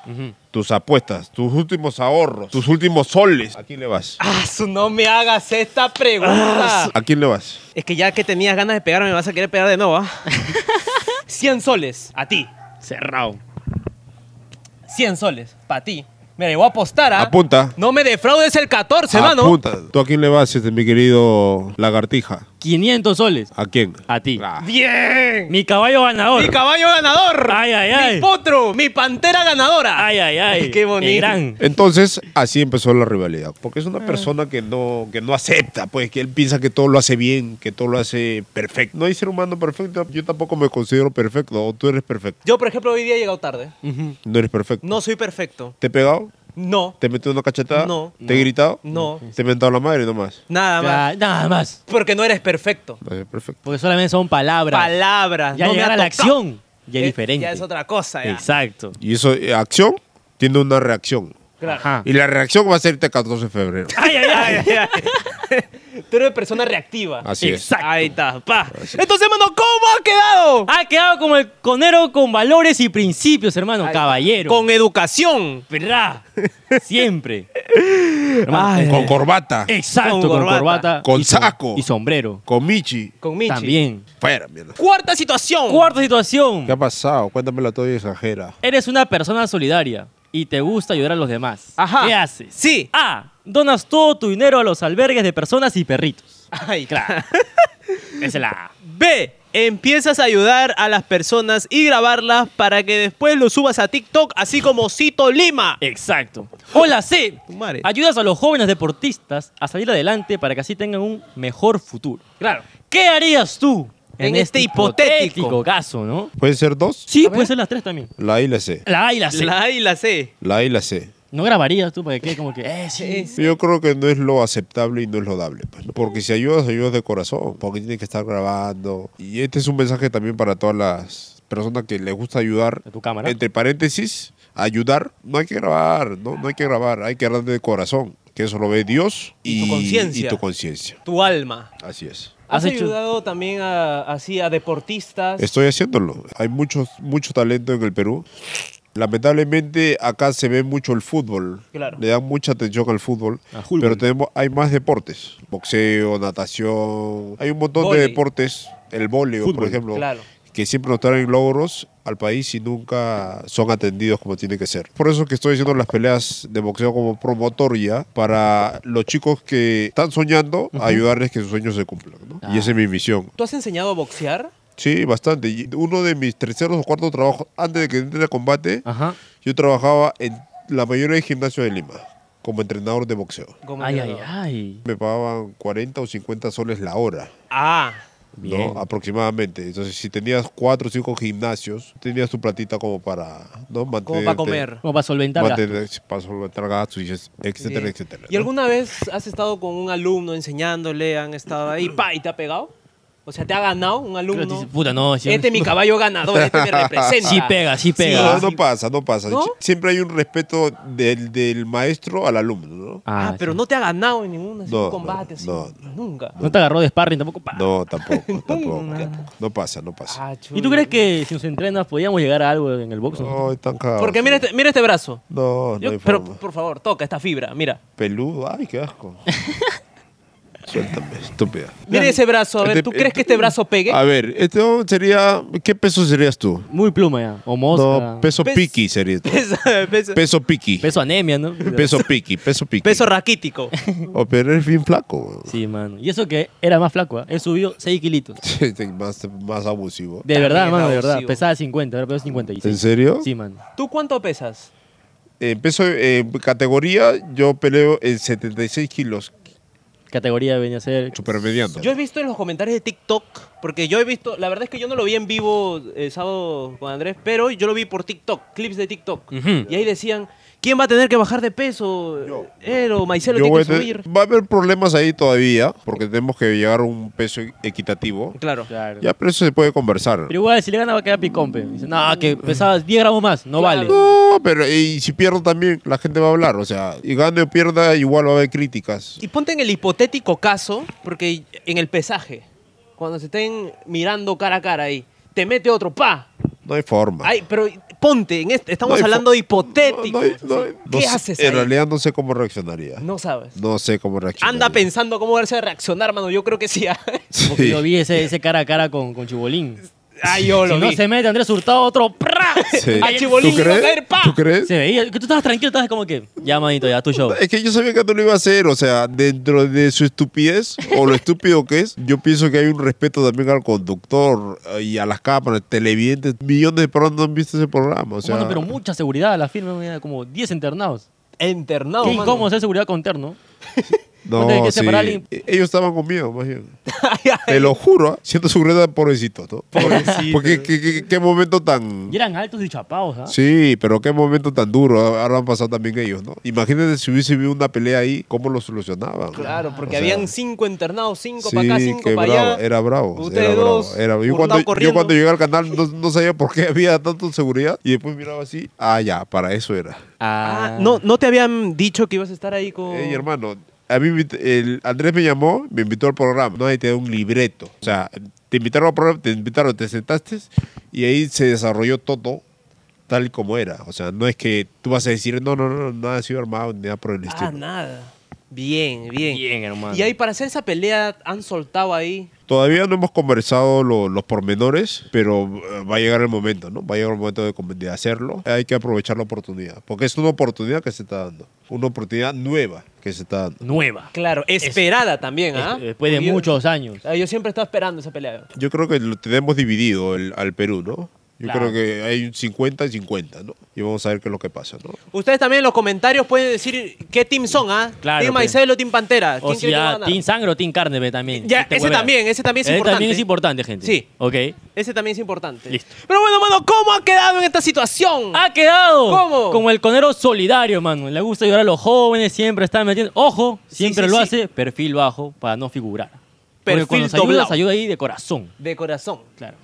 Speaker 2: tus apuestas, tus últimos ahorros, tus últimos soles. ¿A quién le vas?
Speaker 4: Ah, su- no me hagas esta
Speaker 1: Ah,
Speaker 4: pregunta.
Speaker 2: ¿A quién le vas?
Speaker 4: Es que ya que tenías ganas de pegarme, me vas a querer pegar de
Speaker 1: <laughs>
Speaker 4: nuevo, ¿ah? 100 soles, a ti.
Speaker 1: Cerrado.
Speaker 4: 100 soles, para ti. Mira, yo voy a apostar, ¿ah?
Speaker 2: Apunta.
Speaker 4: No me defraudes el 14, mano.
Speaker 2: Apunta. ¿Tú a quién le vas, este, mi querido lagartija?
Speaker 1: 500 soles.
Speaker 2: ¿A quién?
Speaker 1: A ti.
Speaker 2: Ah,
Speaker 4: ¡Bien!
Speaker 1: Mi caballo ganador.
Speaker 4: Mi caballo ganador.
Speaker 1: Ay, ay, ay.
Speaker 4: Mi potro, mi pantera ganadora.
Speaker 1: Ay, ay, ay.
Speaker 4: <laughs> Qué bonito.
Speaker 1: El gran.
Speaker 2: Entonces, así empezó la rivalidad. Porque es
Speaker 4: Ah.
Speaker 2: una persona que no, que no acepta, pues, que él piensa que todo lo hace bien, que todo lo hace perfecto. No hay ser humano perfecto. Yo tampoco me considero perfecto. O tú eres perfecto.
Speaker 4: Yo, por ejemplo, hoy día he llegado tarde.
Speaker 1: Mm.
Speaker 2: No eres perfecto.
Speaker 4: No soy perfecto.
Speaker 2: ¿Te he pegado?
Speaker 4: No.
Speaker 2: ¿Te he metido una cachetada?
Speaker 4: No.
Speaker 2: ¿Te he gritado?
Speaker 4: No.
Speaker 2: ¿Te he mentado la madre nomás?
Speaker 4: Nada más.
Speaker 1: Ya, Nada más.
Speaker 4: Porque no eres perfecto.
Speaker 2: No eres perfecto.
Speaker 1: Porque solamente son palabras.
Speaker 4: Palabras.
Speaker 1: Ya
Speaker 4: no me
Speaker 1: llegar
Speaker 4: ha
Speaker 1: a la
Speaker 4: tocado.
Speaker 1: acción. Ya es diferente.
Speaker 4: Ya es otra cosa, ya.
Speaker 1: Exacto.
Speaker 2: Y eso, eh, acción, tiene una reacción.
Speaker 4: Claro.
Speaker 1: Ajá.
Speaker 2: Y la reacción va a ser este 14 de febrero.
Speaker 1: Ay, ay, ay. <laughs>
Speaker 4: Ay, ay. Tú eres persona reactiva.
Speaker 2: Así es.
Speaker 1: Exacto.
Speaker 4: Ahí está, pa. Entonces, mano, ¿cómo ha quedado?
Speaker 1: Ha quedado como el conero con valores y principios, hermano. caballero.
Speaker 4: Con educación.
Speaker 1: ¿Verdad?
Speaker 4: <laughs>
Speaker 1: Siempre. Hermano,
Speaker 4: Ay.
Speaker 2: Con corbata,
Speaker 4: Eh.
Speaker 1: Exacto,
Speaker 4: Con
Speaker 1: con
Speaker 4: corbata.
Speaker 1: corbata.
Speaker 2: Con
Speaker 1: y som-
Speaker 2: saco.
Speaker 1: Y sombrero.
Speaker 2: con Michi.
Speaker 4: Con Michi.
Speaker 1: También.
Speaker 2: Fuera, mierda.
Speaker 4: Cuarta situación.
Speaker 1: Cuarta situación.
Speaker 2: ¿Qué ha pasado? Cuéntamelo todo y exagera.
Speaker 1: Eres una persona solidaria y te gusta ayudar a los demás.
Speaker 4: Ajá.
Speaker 1: ¿Qué haces?
Speaker 4: Sí.
Speaker 1: A. Donas todo tu dinero a los albergues de personas y perritos.
Speaker 4: Ay,
Speaker 1: <laughs> Claro. Esa es la A.
Speaker 4: B. Empiezas a ayudar a las personas y grabarlas para que después lo subas a TikTok, así como Cito Lima.
Speaker 1: Eh, Exacto. O la C.
Speaker 4: Tu madre.
Speaker 1: Ayudas a los jóvenes deportistas a salir adelante para que así tengan un mejor futuro.
Speaker 4: Claro.
Speaker 1: ¿Qué harías tú en,
Speaker 4: En
Speaker 1: este
Speaker 4: este
Speaker 1: hipotético,
Speaker 4: hipotético
Speaker 1: caso, no?
Speaker 2: ¿Pueden ser dos?
Speaker 1: Sí, puede ser las tres también.
Speaker 2: La A y la C.
Speaker 1: La A y la C.
Speaker 4: La A y la C.
Speaker 2: La A y la C.
Speaker 1: No grabarías tú para que quede como que. Eh, sí.
Speaker 4: Es-
Speaker 2: Yo creo que no es lo aceptable y no es lo dable. pues, ¿no? Porque si ayudas, ayudas de corazón. Porque tienes que estar grabando. Y este es un mensaje también para todas las personas que les gusta ayudar.
Speaker 1: A tu cámara.
Speaker 2: Entre paréntesis, ayudar. No hay que grabar, no, no hay que grabar. Hay que grabar de corazón. Que eso lo ve Dios
Speaker 4: Y tu conciencia.
Speaker 2: Y tu conciencia.
Speaker 4: Tu alma.
Speaker 2: Así es.
Speaker 4: Has,
Speaker 1: Has hecho-
Speaker 4: ayudado también a, así a deportistas.
Speaker 2: Estoy haciéndolo. Hay muchos, mucho talento en el Perú. Lamentablemente acá se ve mucho el fútbol.
Speaker 4: Claro.
Speaker 2: Le dan mucha atención al fútbol.
Speaker 1: Al fútbol.
Speaker 2: Pero tenemos, hay más deportes. Boxeo, natación. Hay un montón
Speaker 4: Vóley.
Speaker 2: de deportes. El vóleo, por
Speaker 1: Fútbol.
Speaker 2: ejemplo.
Speaker 4: Claro.
Speaker 2: Que siempre nos traen logros al país y nunca son atendidos como tiene que ser. Por eso que estoy haciendo las peleas de boxeo como promotoria para los chicos que están soñando, ayudarles que sus sueños se cumplan. ¿no?
Speaker 1: Ah.
Speaker 2: Y esa es mi misión.
Speaker 4: ¿Tú has enseñado a boxear?
Speaker 2: Sí, bastante. Y Uno de mis terceros o cuartos trabajos, antes de que entre a combate,
Speaker 1: Ajá.
Speaker 2: yo trabajaba en la mayoría de gimnasio de Lima, como entrenador de boxeo.
Speaker 4: Como
Speaker 1: Ay, ay,
Speaker 4: entrenador.
Speaker 1: ay.
Speaker 2: Me pagaban 40 o 50 soles la hora,
Speaker 4: Ah.
Speaker 1: Bien.
Speaker 2: ¿no? Aproximadamente. Entonces, si tenías cuatro o cinco gimnasios, tenías tu platita como para, ¿no?
Speaker 4: Como para comer.
Speaker 1: Como para solventar gastos.
Speaker 2: Mantener, para solventar gastos, y es- etcétera,
Speaker 4: Bien.
Speaker 2: etcétera.
Speaker 4: ¿Y
Speaker 2: ¿no?
Speaker 4: alguna vez has estado con un alumno enseñándole, han estado ahí, pa, y te ha pegado? O sea, ¿te ha ganado un
Speaker 1: Pero dices,
Speaker 4: alumno?
Speaker 1: Puta, no. sí- <laughs>
Speaker 4: Este es mi caballo ganador, este me representa.
Speaker 1: Sí pega, sí pega.
Speaker 2: No,
Speaker 1: Ah,
Speaker 2: no pasa, no pasa.
Speaker 4: ¿No?
Speaker 2: Siempre hay un respeto del, del maestro al alumno, ¿no?
Speaker 4: Ah, pero
Speaker 1: sí.
Speaker 4: no te ha ganado en ningún así,
Speaker 2: No,
Speaker 4: combate,
Speaker 2: no,
Speaker 4: así,
Speaker 2: no,
Speaker 4: nunca.
Speaker 1: No te agarró de sparring tampoco. pa.
Speaker 2: No,
Speaker 4: <laughs>
Speaker 2: tampoco, tampoco, tampoco. No pasa, no pasa.
Speaker 4: Ah,
Speaker 1: ¿Y
Speaker 4: chulo.
Speaker 1: tú crees que si nos entrenas podíamos llegar a algo en el box?
Speaker 2: No, están cagados.
Speaker 4: Porque mira este, mira este brazo.
Speaker 2: No, no
Speaker 4: Yo-
Speaker 2: hay
Speaker 4: pero
Speaker 2: forma.
Speaker 4: por favor, toca esta fibra, mira.
Speaker 2: Peludo, ay,
Speaker 4: <laughs>
Speaker 2: qué asco. Suéltame, estúpida.
Speaker 4: Mira ese brazo, a ver,
Speaker 2: Este-
Speaker 4: ¿tú crees que este brazo pegue? <laughs>
Speaker 2: A ver, este hombre sería. ¿Qué peso serías tú?
Speaker 1: Muy pluma ya. O mosca.
Speaker 2: No, peso
Speaker 4: Pes-
Speaker 2: piqui sería tú.
Speaker 4: Peso, peso-
Speaker 2: Peso piqui.
Speaker 1: Peso anemia, ¿no?
Speaker 2: <laughs> Peso piqui, peso piqui.
Speaker 4: peso raquítico.
Speaker 2: O pero eres bien flaco. <laughs> weón.
Speaker 1: Sí, mano. Y eso que era más flaco, ¿ah? Él subió 6 kilitos.
Speaker 2: Este, más, más abusivo.
Speaker 1: De
Speaker 4: También
Speaker 1: verdad, mano, de verdad.
Speaker 4: abusivo.
Speaker 1: Pesaba 50, ahora pesó 56.
Speaker 2: ¿En serio?
Speaker 1: Sí, mano.
Speaker 4: ¿Tú cuánto pesas?
Speaker 2: En peso, en categoría, yo peleo en 76 kilos.
Speaker 1: Categoría venía a ser.
Speaker 2: Supermediando.
Speaker 4: Yo he visto en los comentarios de TikTok, porque yo he visto, la verdad es que yo no lo vi en vivo el sábado con Andrés, pero yo lo vi por TikTok, clips de TikTok.
Speaker 1: Ujú.
Speaker 4: Y ahí decían, ¿quién va a tener que bajar de peso?
Speaker 2: Yo.
Speaker 4: Él o Maicelo
Speaker 2: Yo
Speaker 4: tiene
Speaker 2: voy
Speaker 4: que
Speaker 2: a
Speaker 4: subir.
Speaker 2: tener- va a haber problemas ahí todavía, porque tenemos que llegar a un peso e- equitativo.
Speaker 4: Claro.
Speaker 1: Claro.
Speaker 2: Ya, pero eso se puede conversar.
Speaker 1: Pero igual, si le gana va a quedar picompe. Dice, no, que pesabas 10 gramos más. No
Speaker 4: Claro.
Speaker 1: vale.
Speaker 2: No, pero y si pierdo también, la gente va a hablar. O sea, y gane o pierda, igual va a haber críticas.
Speaker 4: Y ponte en el hipotético caso, porque en el pesaje, cuando se estén mirando cara a cara ahí, te mete otro, ¡pa!
Speaker 2: No hay forma.
Speaker 4: Ay, pero ponte, en este, estamos
Speaker 2: No hay fo-
Speaker 4: hablando de
Speaker 2: No,
Speaker 4: hipotético.
Speaker 2: no hay- no hay- no
Speaker 4: ¿Qué
Speaker 2: sé-
Speaker 4: haces
Speaker 2: En
Speaker 4: ahí?
Speaker 2: realidad no sé cómo reaccionaría. No,
Speaker 4: No sabes.
Speaker 2: sé cómo reaccionaría.
Speaker 4: Anda pensando cómo verse a reaccionar, mano. Yo creo que sí. ah.
Speaker 1: Porque
Speaker 2: Sí.
Speaker 1: yo vi ese, ese cara a cara con, con Chibolín.
Speaker 4: Ay, Ah, yo lo
Speaker 1: si no
Speaker 4: vi.
Speaker 1: se mete Andrés Hurtado, otro ¡prá!
Speaker 2: Sí.
Speaker 4: Ay, Chibolín,
Speaker 2: ¿Tú
Speaker 4: iba a
Speaker 2: crees?
Speaker 4: caer, pa.
Speaker 2: ¿Tú crees?
Speaker 1: Se veía, que tú estabas tranquilo, estabas como que, ya manito, ya, tu show.
Speaker 2: Es que yo sabía que no lo iba a hacer, o sea, dentro de su estupidez o lo estúpido que es, yo pienso que hay un respeto también al conductor eh, y a las cámaras, televidentes. Millones de personas no han visto ese programa, o sea.
Speaker 1: Mano, pero mucha seguridad a la firma, mira, como 10 internados.
Speaker 4: Internado,
Speaker 1: Qué
Speaker 4: mano. <laughs>
Speaker 1: incómodo hacer seguridad con terno.
Speaker 2: No,
Speaker 1: Ponte que
Speaker 2: sí.
Speaker 1: separar alguien.
Speaker 2: Eh, Ellos estaban con miedo, más bien. Te lo juro, ¿ah? siento seguridad, pobrecito, ¿no?
Speaker 4: Pobrecito.
Speaker 2: Porque qué, qué- qué momento tan.
Speaker 1: Y eran altos y chapados, ¿ah?
Speaker 2: Sí, pero qué momento tan duro. ¿ah? Ahora han pasado también ellos, ¿no? Imagínate si hubiese habido una pelea ahí, ¿cómo lo solucionaban?
Speaker 4: Claro, porque
Speaker 2: O sea,
Speaker 4: habían cinco internados, cinco
Speaker 2: Sí,
Speaker 4: para acá, cinco
Speaker 2: que
Speaker 4: para
Speaker 2: bravo,
Speaker 4: allá.
Speaker 2: era bravo.
Speaker 4: Ustedes
Speaker 2: era
Speaker 4: dos,
Speaker 2: bravo, era- yo,
Speaker 4: Hurtado
Speaker 2: cuando, yo
Speaker 4: corriendo.
Speaker 2: cuando llegué al canal no, no sabía por qué <laughs> había tanto seguridad y después miraba así, ah, ya, para eso era.
Speaker 4: Ah, no, no te habían dicho que ibas a estar ahí con.
Speaker 2: Ey, hermano, a mí me- el Andrés me llamó, me invitó al programa, no, ahí te da un libreto. O sea, te invitaron al programa, te invitaron, te sentaste y ahí se desarrolló todo tal como era. O sea, no es que tú vas a decir, no, no, no, no, nada ha sido armado ni nada por el
Speaker 4: ah,
Speaker 2: estilo.
Speaker 4: nada. Bien, bien.
Speaker 1: Bien, hermano.
Speaker 4: Y ahí para hacer esa pelea han soltado ahí.
Speaker 2: Todavía no hemos conversado lo- los pormenores, pero eh, va a llegar el momento, ¿no? Va a llegar el momento de, com- de hacerlo. Hay que aprovechar la oportunidad, porque es una oportunidad que se está dando, una oportunidad nueva que se está dando.
Speaker 1: Nueva.
Speaker 4: Claro, esperada también, ¿ah?
Speaker 1: Es- Después de
Speaker 4: Porque yo-
Speaker 1: muchos años.
Speaker 4: Ah, Yo siempre estaba esperando esa pelea.
Speaker 2: Yo creo que lo tenemos dividido el- al Perú, ¿no? Yo creo
Speaker 1: Claro.
Speaker 2: que hay un 50 y 50, ¿no? Y vamos a ver qué es lo que pasa, ¿no?
Speaker 4: Ustedes también en los comentarios pueden decir qué team son, ¿ah?
Speaker 1: Claro,
Speaker 4: Team
Speaker 1: pues.
Speaker 4: Maicelo o Team Pantera.
Speaker 1: O
Speaker 4: ¿Quién cree que va a
Speaker 1: sea,
Speaker 4: ganar?
Speaker 1: Team Sangre o Team Carne ve, también.
Speaker 4: Ya,
Speaker 1: Si te
Speaker 4: ese
Speaker 1: hueveas.
Speaker 4: también, ese también es
Speaker 1: Ese
Speaker 4: importante.
Speaker 1: también es importante, gente.
Speaker 4: Sí.
Speaker 1: Ok.
Speaker 4: Ese también es importante.
Speaker 1: Listo. Ah.
Speaker 4: Pero bueno, mano, ¿cómo ha quedado en esta situación?
Speaker 1: Ha quedado
Speaker 4: Mm. ¿Cómo?
Speaker 1: como el conero solidario, mano. Le gusta ayudar a los jóvenes, siempre está metiendo. Ojo, siempre
Speaker 4: sí,
Speaker 1: lo
Speaker 4: sí.
Speaker 1: hace perfil bajo para no figurar.
Speaker 4: Perfil
Speaker 1: Porque cuando se
Speaker 4: doblado.
Speaker 1: ayuda, se ayuda ahí de corazón.
Speaker 4: De corazón.
Speaker 1: Claro.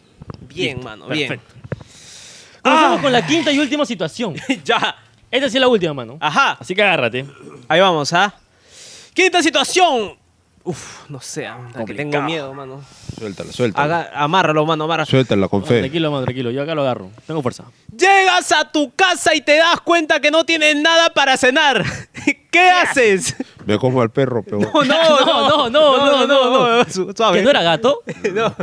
Speaker 4: Bien, Ah. mano,
Speaker 1: Perfecto. Comenzamos con la quinta y
Speaker 4: <laughs>
Speaker 1: última situación.
Speaker 4: bien. <laughs> ya.
Speaker 1: Esta sí es la última, mano.
Speaker 4: Ajá.
Speaker 1: Así que agárrate.
Speaker 4: Ahí vamos, ¿ah? Quinta situación. Uf, no sé, ah, que
Speaker 1: Complicado.
Speaker 4: tengo miedo, mano.
Speaker 2: Suéltala, suéltala.
Speaker 4: Aga- amárralo, mano, amárralo.
Speaker 2: Suéltala con fe.
Speaker 1: Tranquilo, mano, tranquilo. Yo acá lo agarro. Tengo fuerza.
Speaker 4: Llegas a tu casa y te das cuenta que no tienes nada para cenar. <laughs> ¿Qué haces?
Speaker 2: Me como al perro, pero...
Speaker 4: <laughs> No, no,
Speaker 1: No, no, no, no, no.
Speaker 4: su- <laughs> suave.
Speaker 1: ¿Que no era gato?
Speaker 4: No.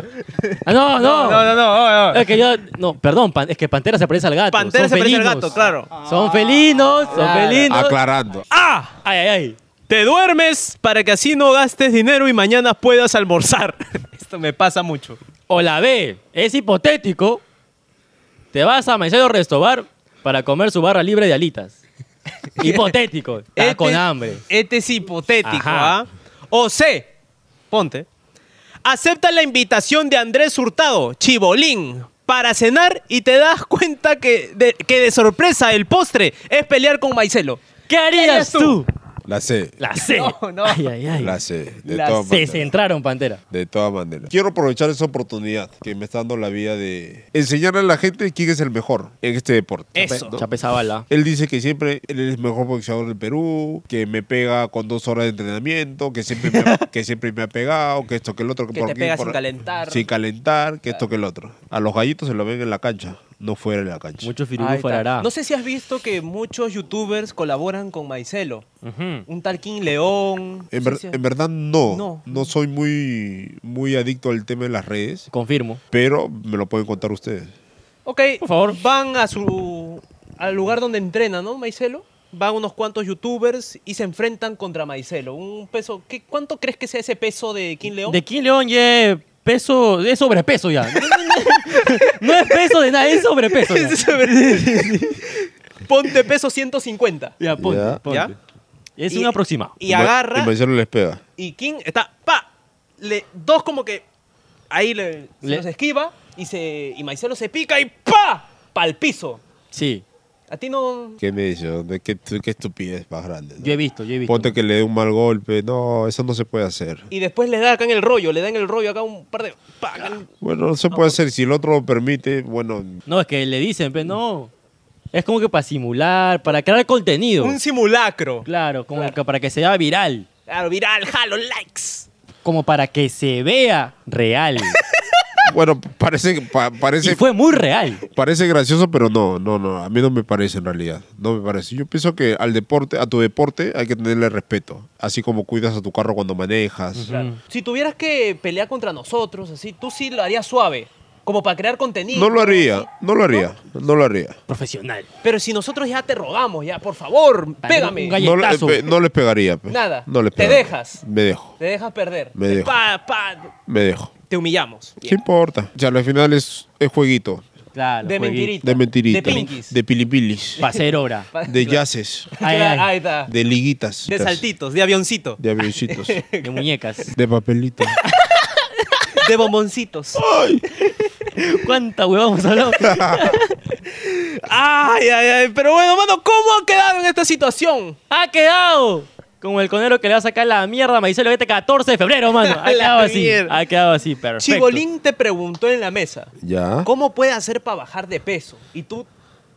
Speaker 1: Ah, no, no.
Speaker 4: Ah, No, no, no, no, no.
Speaker 1: Es que yo. No, perdón, pan- es que Pantera se parece al gato.
Speaker 4: Pantera
Speaker 1: son
Speaker 4: se parece al
Speaker 1: felinos.
Speaker 4: gato, claro. Ah.
Speaker 1: Son felinos, son
Speaker 4: Claro.
Speaker 1: felinos.
Speaker 2: Aclarando.
Speaker 4: ¡Ah!
Speaker 1: Ay, ay, ay.
Speaker 4: Te duermes para que así no gastes dinero y mañana puedas almorzar. <laughs> Esto me pasa mucho.
Speaker 1: O la B, es hipotético. Te vas a Maicelo Restobar para comer su barra libre de
Speaker 4: <laughs>
Speaker 1: alitas. hipotético. Estás
Speaker 4: Este-
Speaker 1: con hambre.
Speaker 4: Este es hipotético,
Speaker 1: Ajá.
Speaker 4: ¿ah? O C, ponte. Acepta la invitación de Andrés Hurtado, Chibolín, para cenar y te das cuenta que de, que de sorpresa el postre es pelear con Maicelo.
Speaker 1: ¿Qué harías tú?
Speaker 2: La sé,
Speaker 1: La C.
Speaker 4: No, no.
Speaker 1: Ay, ay, ay.
Speaker 2: la sé. De
Speaker 4: La
Speaker 2: todas
Speaker 1: Se
Speaker 2: maneras.
Speaker 1: centraron, Pantera.
Speaker 2: De todas maneras. Quiero aprovechar esa oportunidad que me está dando la vida de enseñarle a la gente quién es el mejor en este deporte.
Speaker 4: Eso.
Speaker 1: Chape Zavala.
Speaker 2: Él dice que siempre él es el mejor boxeador del Perú, que me pega con dos horas de entrenamiento, que siempre me ha, que siempre me ha pegado, que esto, que el otro.
Speaker 4: Que te pega sin calentar.
Speaker 2: Sin calentar, que esto, que el otro. A los gallitos se lo ven en la cancha, no fuera de la cancha.
Speaker 1: Mucho
Speaker 4: Ahí
Speaker 1: firulú
Speaker 4: está.
Speaker 1: farará.
Speaker 4: No sé si has visto que muchos youtubers colaboran con Maicelo.
Speaker 1: Ujú.
Speaker 4: Un tal King León.
Speaker 2: en,
Speaker 4: Sí,
Speaker 2: ver-
Speaker 4: sí.
Speaker 2: en verdad no,
Speaker 4: No.
Speaker 2: no. soy muy, muy adicto al tema de las redes,
Speaker 1: Confirmo.
Speaker 2: pero me lo pueden contar ustedes.
Speaker 4: Ok,
Speaker 1: Por favor.
Speaker 4: Van a su al lugar donde entrena, ¿no, Maicelo? Van unos cuantos youtubers y se enfrentan contra Maicelo. Un peso, ¿qué, ¿cuánto crees que sea ese peso de King León? <laughs>
Speaker 1: De King León ya es peso, es sobrepeso ya. <laughs> no es peso de nada, es sobrepeso. Ya,
Speaker 4: Ponte peso 150.
Speaker 1: Ya, ponte,
Speaker 2: Ya.
Speaker 1: ponte.
Speaker 4: ¿Ya?
Speaker 1: Es
Speaker 4: Y-
Speaker 1: un aproximado.
Speaker 4: Y agarra
Speaker 2: Y Marcelo les pega.
Speaker 4: y King está pa le dos como que ahí le, se
Speaker 1: Le-
Speaker 4: los esquiva y se y Maicelo se pica y pa pa'l piso.
Speaker 1: Sí,
Speaker 4: A ti no
Speaker 2: ¿Qué me dice? ¿Dónde- ¿Qué, qué estupidez más grande? no?
Speaker 1: yo he visto, yo he visto.
Speaker 2: Ponte que le dé un mal golpe. No, eso no se puede hacer.
Speaker 4: y después le da acá en el rollo, le dan el rollo acá un par de pa, acá en-
Speaker 2: Bueno, no se puede hacer. Si el otro lo permite, bueno,
Speaker 1: No, es que le dicen, pero no. Es como que para simular, para crear contenido.
Speaker 4: un simulacro.
Speaker 1: Claro, como que para que sea viral.
Speaker 4: Claro, viral, jalo, likes.
Speaker 1: Como para que se vea
Speaker 2: <laughs>
Speaker 1: real.
Speaker 2: bueno, parece, pa-
Speaker 1: y
Speaker 2: parece,
Speaker 1: fue muy real.
Speaker 2: parece gracioso, pero no, no, no. A mí no me parece en realidad. No me parece. Yo pienso que al deporte, a tu deporte, hay que tenerle respeto. Así como cuidas a tu carro cuando manejas.
Speaker 4: Si tuvieras que pelear contra nosotros, así, tú sí lo harías suave. como para crear contenido.
Speaker 2: No lo
Speaker 4: así.
Speaker 2: haría, no lo haría, no lo haría.
Speaker 1: Profesional.
Speaker 4: Pero si nosotros ya te rogamos, ya, por favor,
Speaker 1: Para
Speaker 4: pégame.
Speaker 1: un gallo-
Speaker 2: No, le- eh,
Speaker 1: Galletazo.
Speaker 2: pe- no les pegaría. pe.
Speaker 4: Nada.
Speaker 2: No les
Speaker 4: Te
Speaker 2: pegaría.
Speaker 4: dejas.
Speaker 2: Me dejo,
Speaker 4: Te dejas perder.
Speaker 2: Me
Speaker 4: Te-
Speaker 2: dejo.
Speaker 4: pa- pa-
Speaker 2: me dejo.
Speaker 4: te humillamos.
Speaker 2: ¿Qué importa? O sea, al final es, es jueguito,
Speaker 1: Claro.
Speaker 4: De mentirita.
Speaker 2: de mentiritas,
Speaker 4: De pinkies.
Speaker 2: de pilipilis,
Speaker 1: Para
Speaker 4: <laughs>
Speaker 1: hacer hora.
Speaker 4: Pa-
Speaker 2: de yaces,
Speaker 1: Ay, ay.
Speaker 4: Ahí está.
Speaker 2: de liguitas,
Speaker 4: De saltitos, de avioncito,
Speaker 2: de avioncitos,
Speaker 1: De muñecas.
Speaker 2: de papelitos.
Speaker 4: de bomboncitos.
Speaker 1: ¿Cuánta hueva hemos
Speaker 2: <laughs>
Speaker 1: hablado?
Speaker 4: Ay, ay, ay. Pero bueno, mano, ¿cómo ha quedado en esta situación?
Speaker 1: ¡Ha quedado! Como el conero que le va a sacar la mierda a Maicelo este 14 de febrero, mano.
Speaker 4: <laughs>
Speaker 1: Ha
Speaker 4: La
Speaker 1: quedado así.
Speaker 4: mierda.
Speaker 1: Ha quedado así, perfecto.
Speaker 4: Chibolín te preguntó en la mesa,
Speaker 2: ¿Ya?
Speaker 4: ¿cómo puede hacer para bajar de peso? Y tú,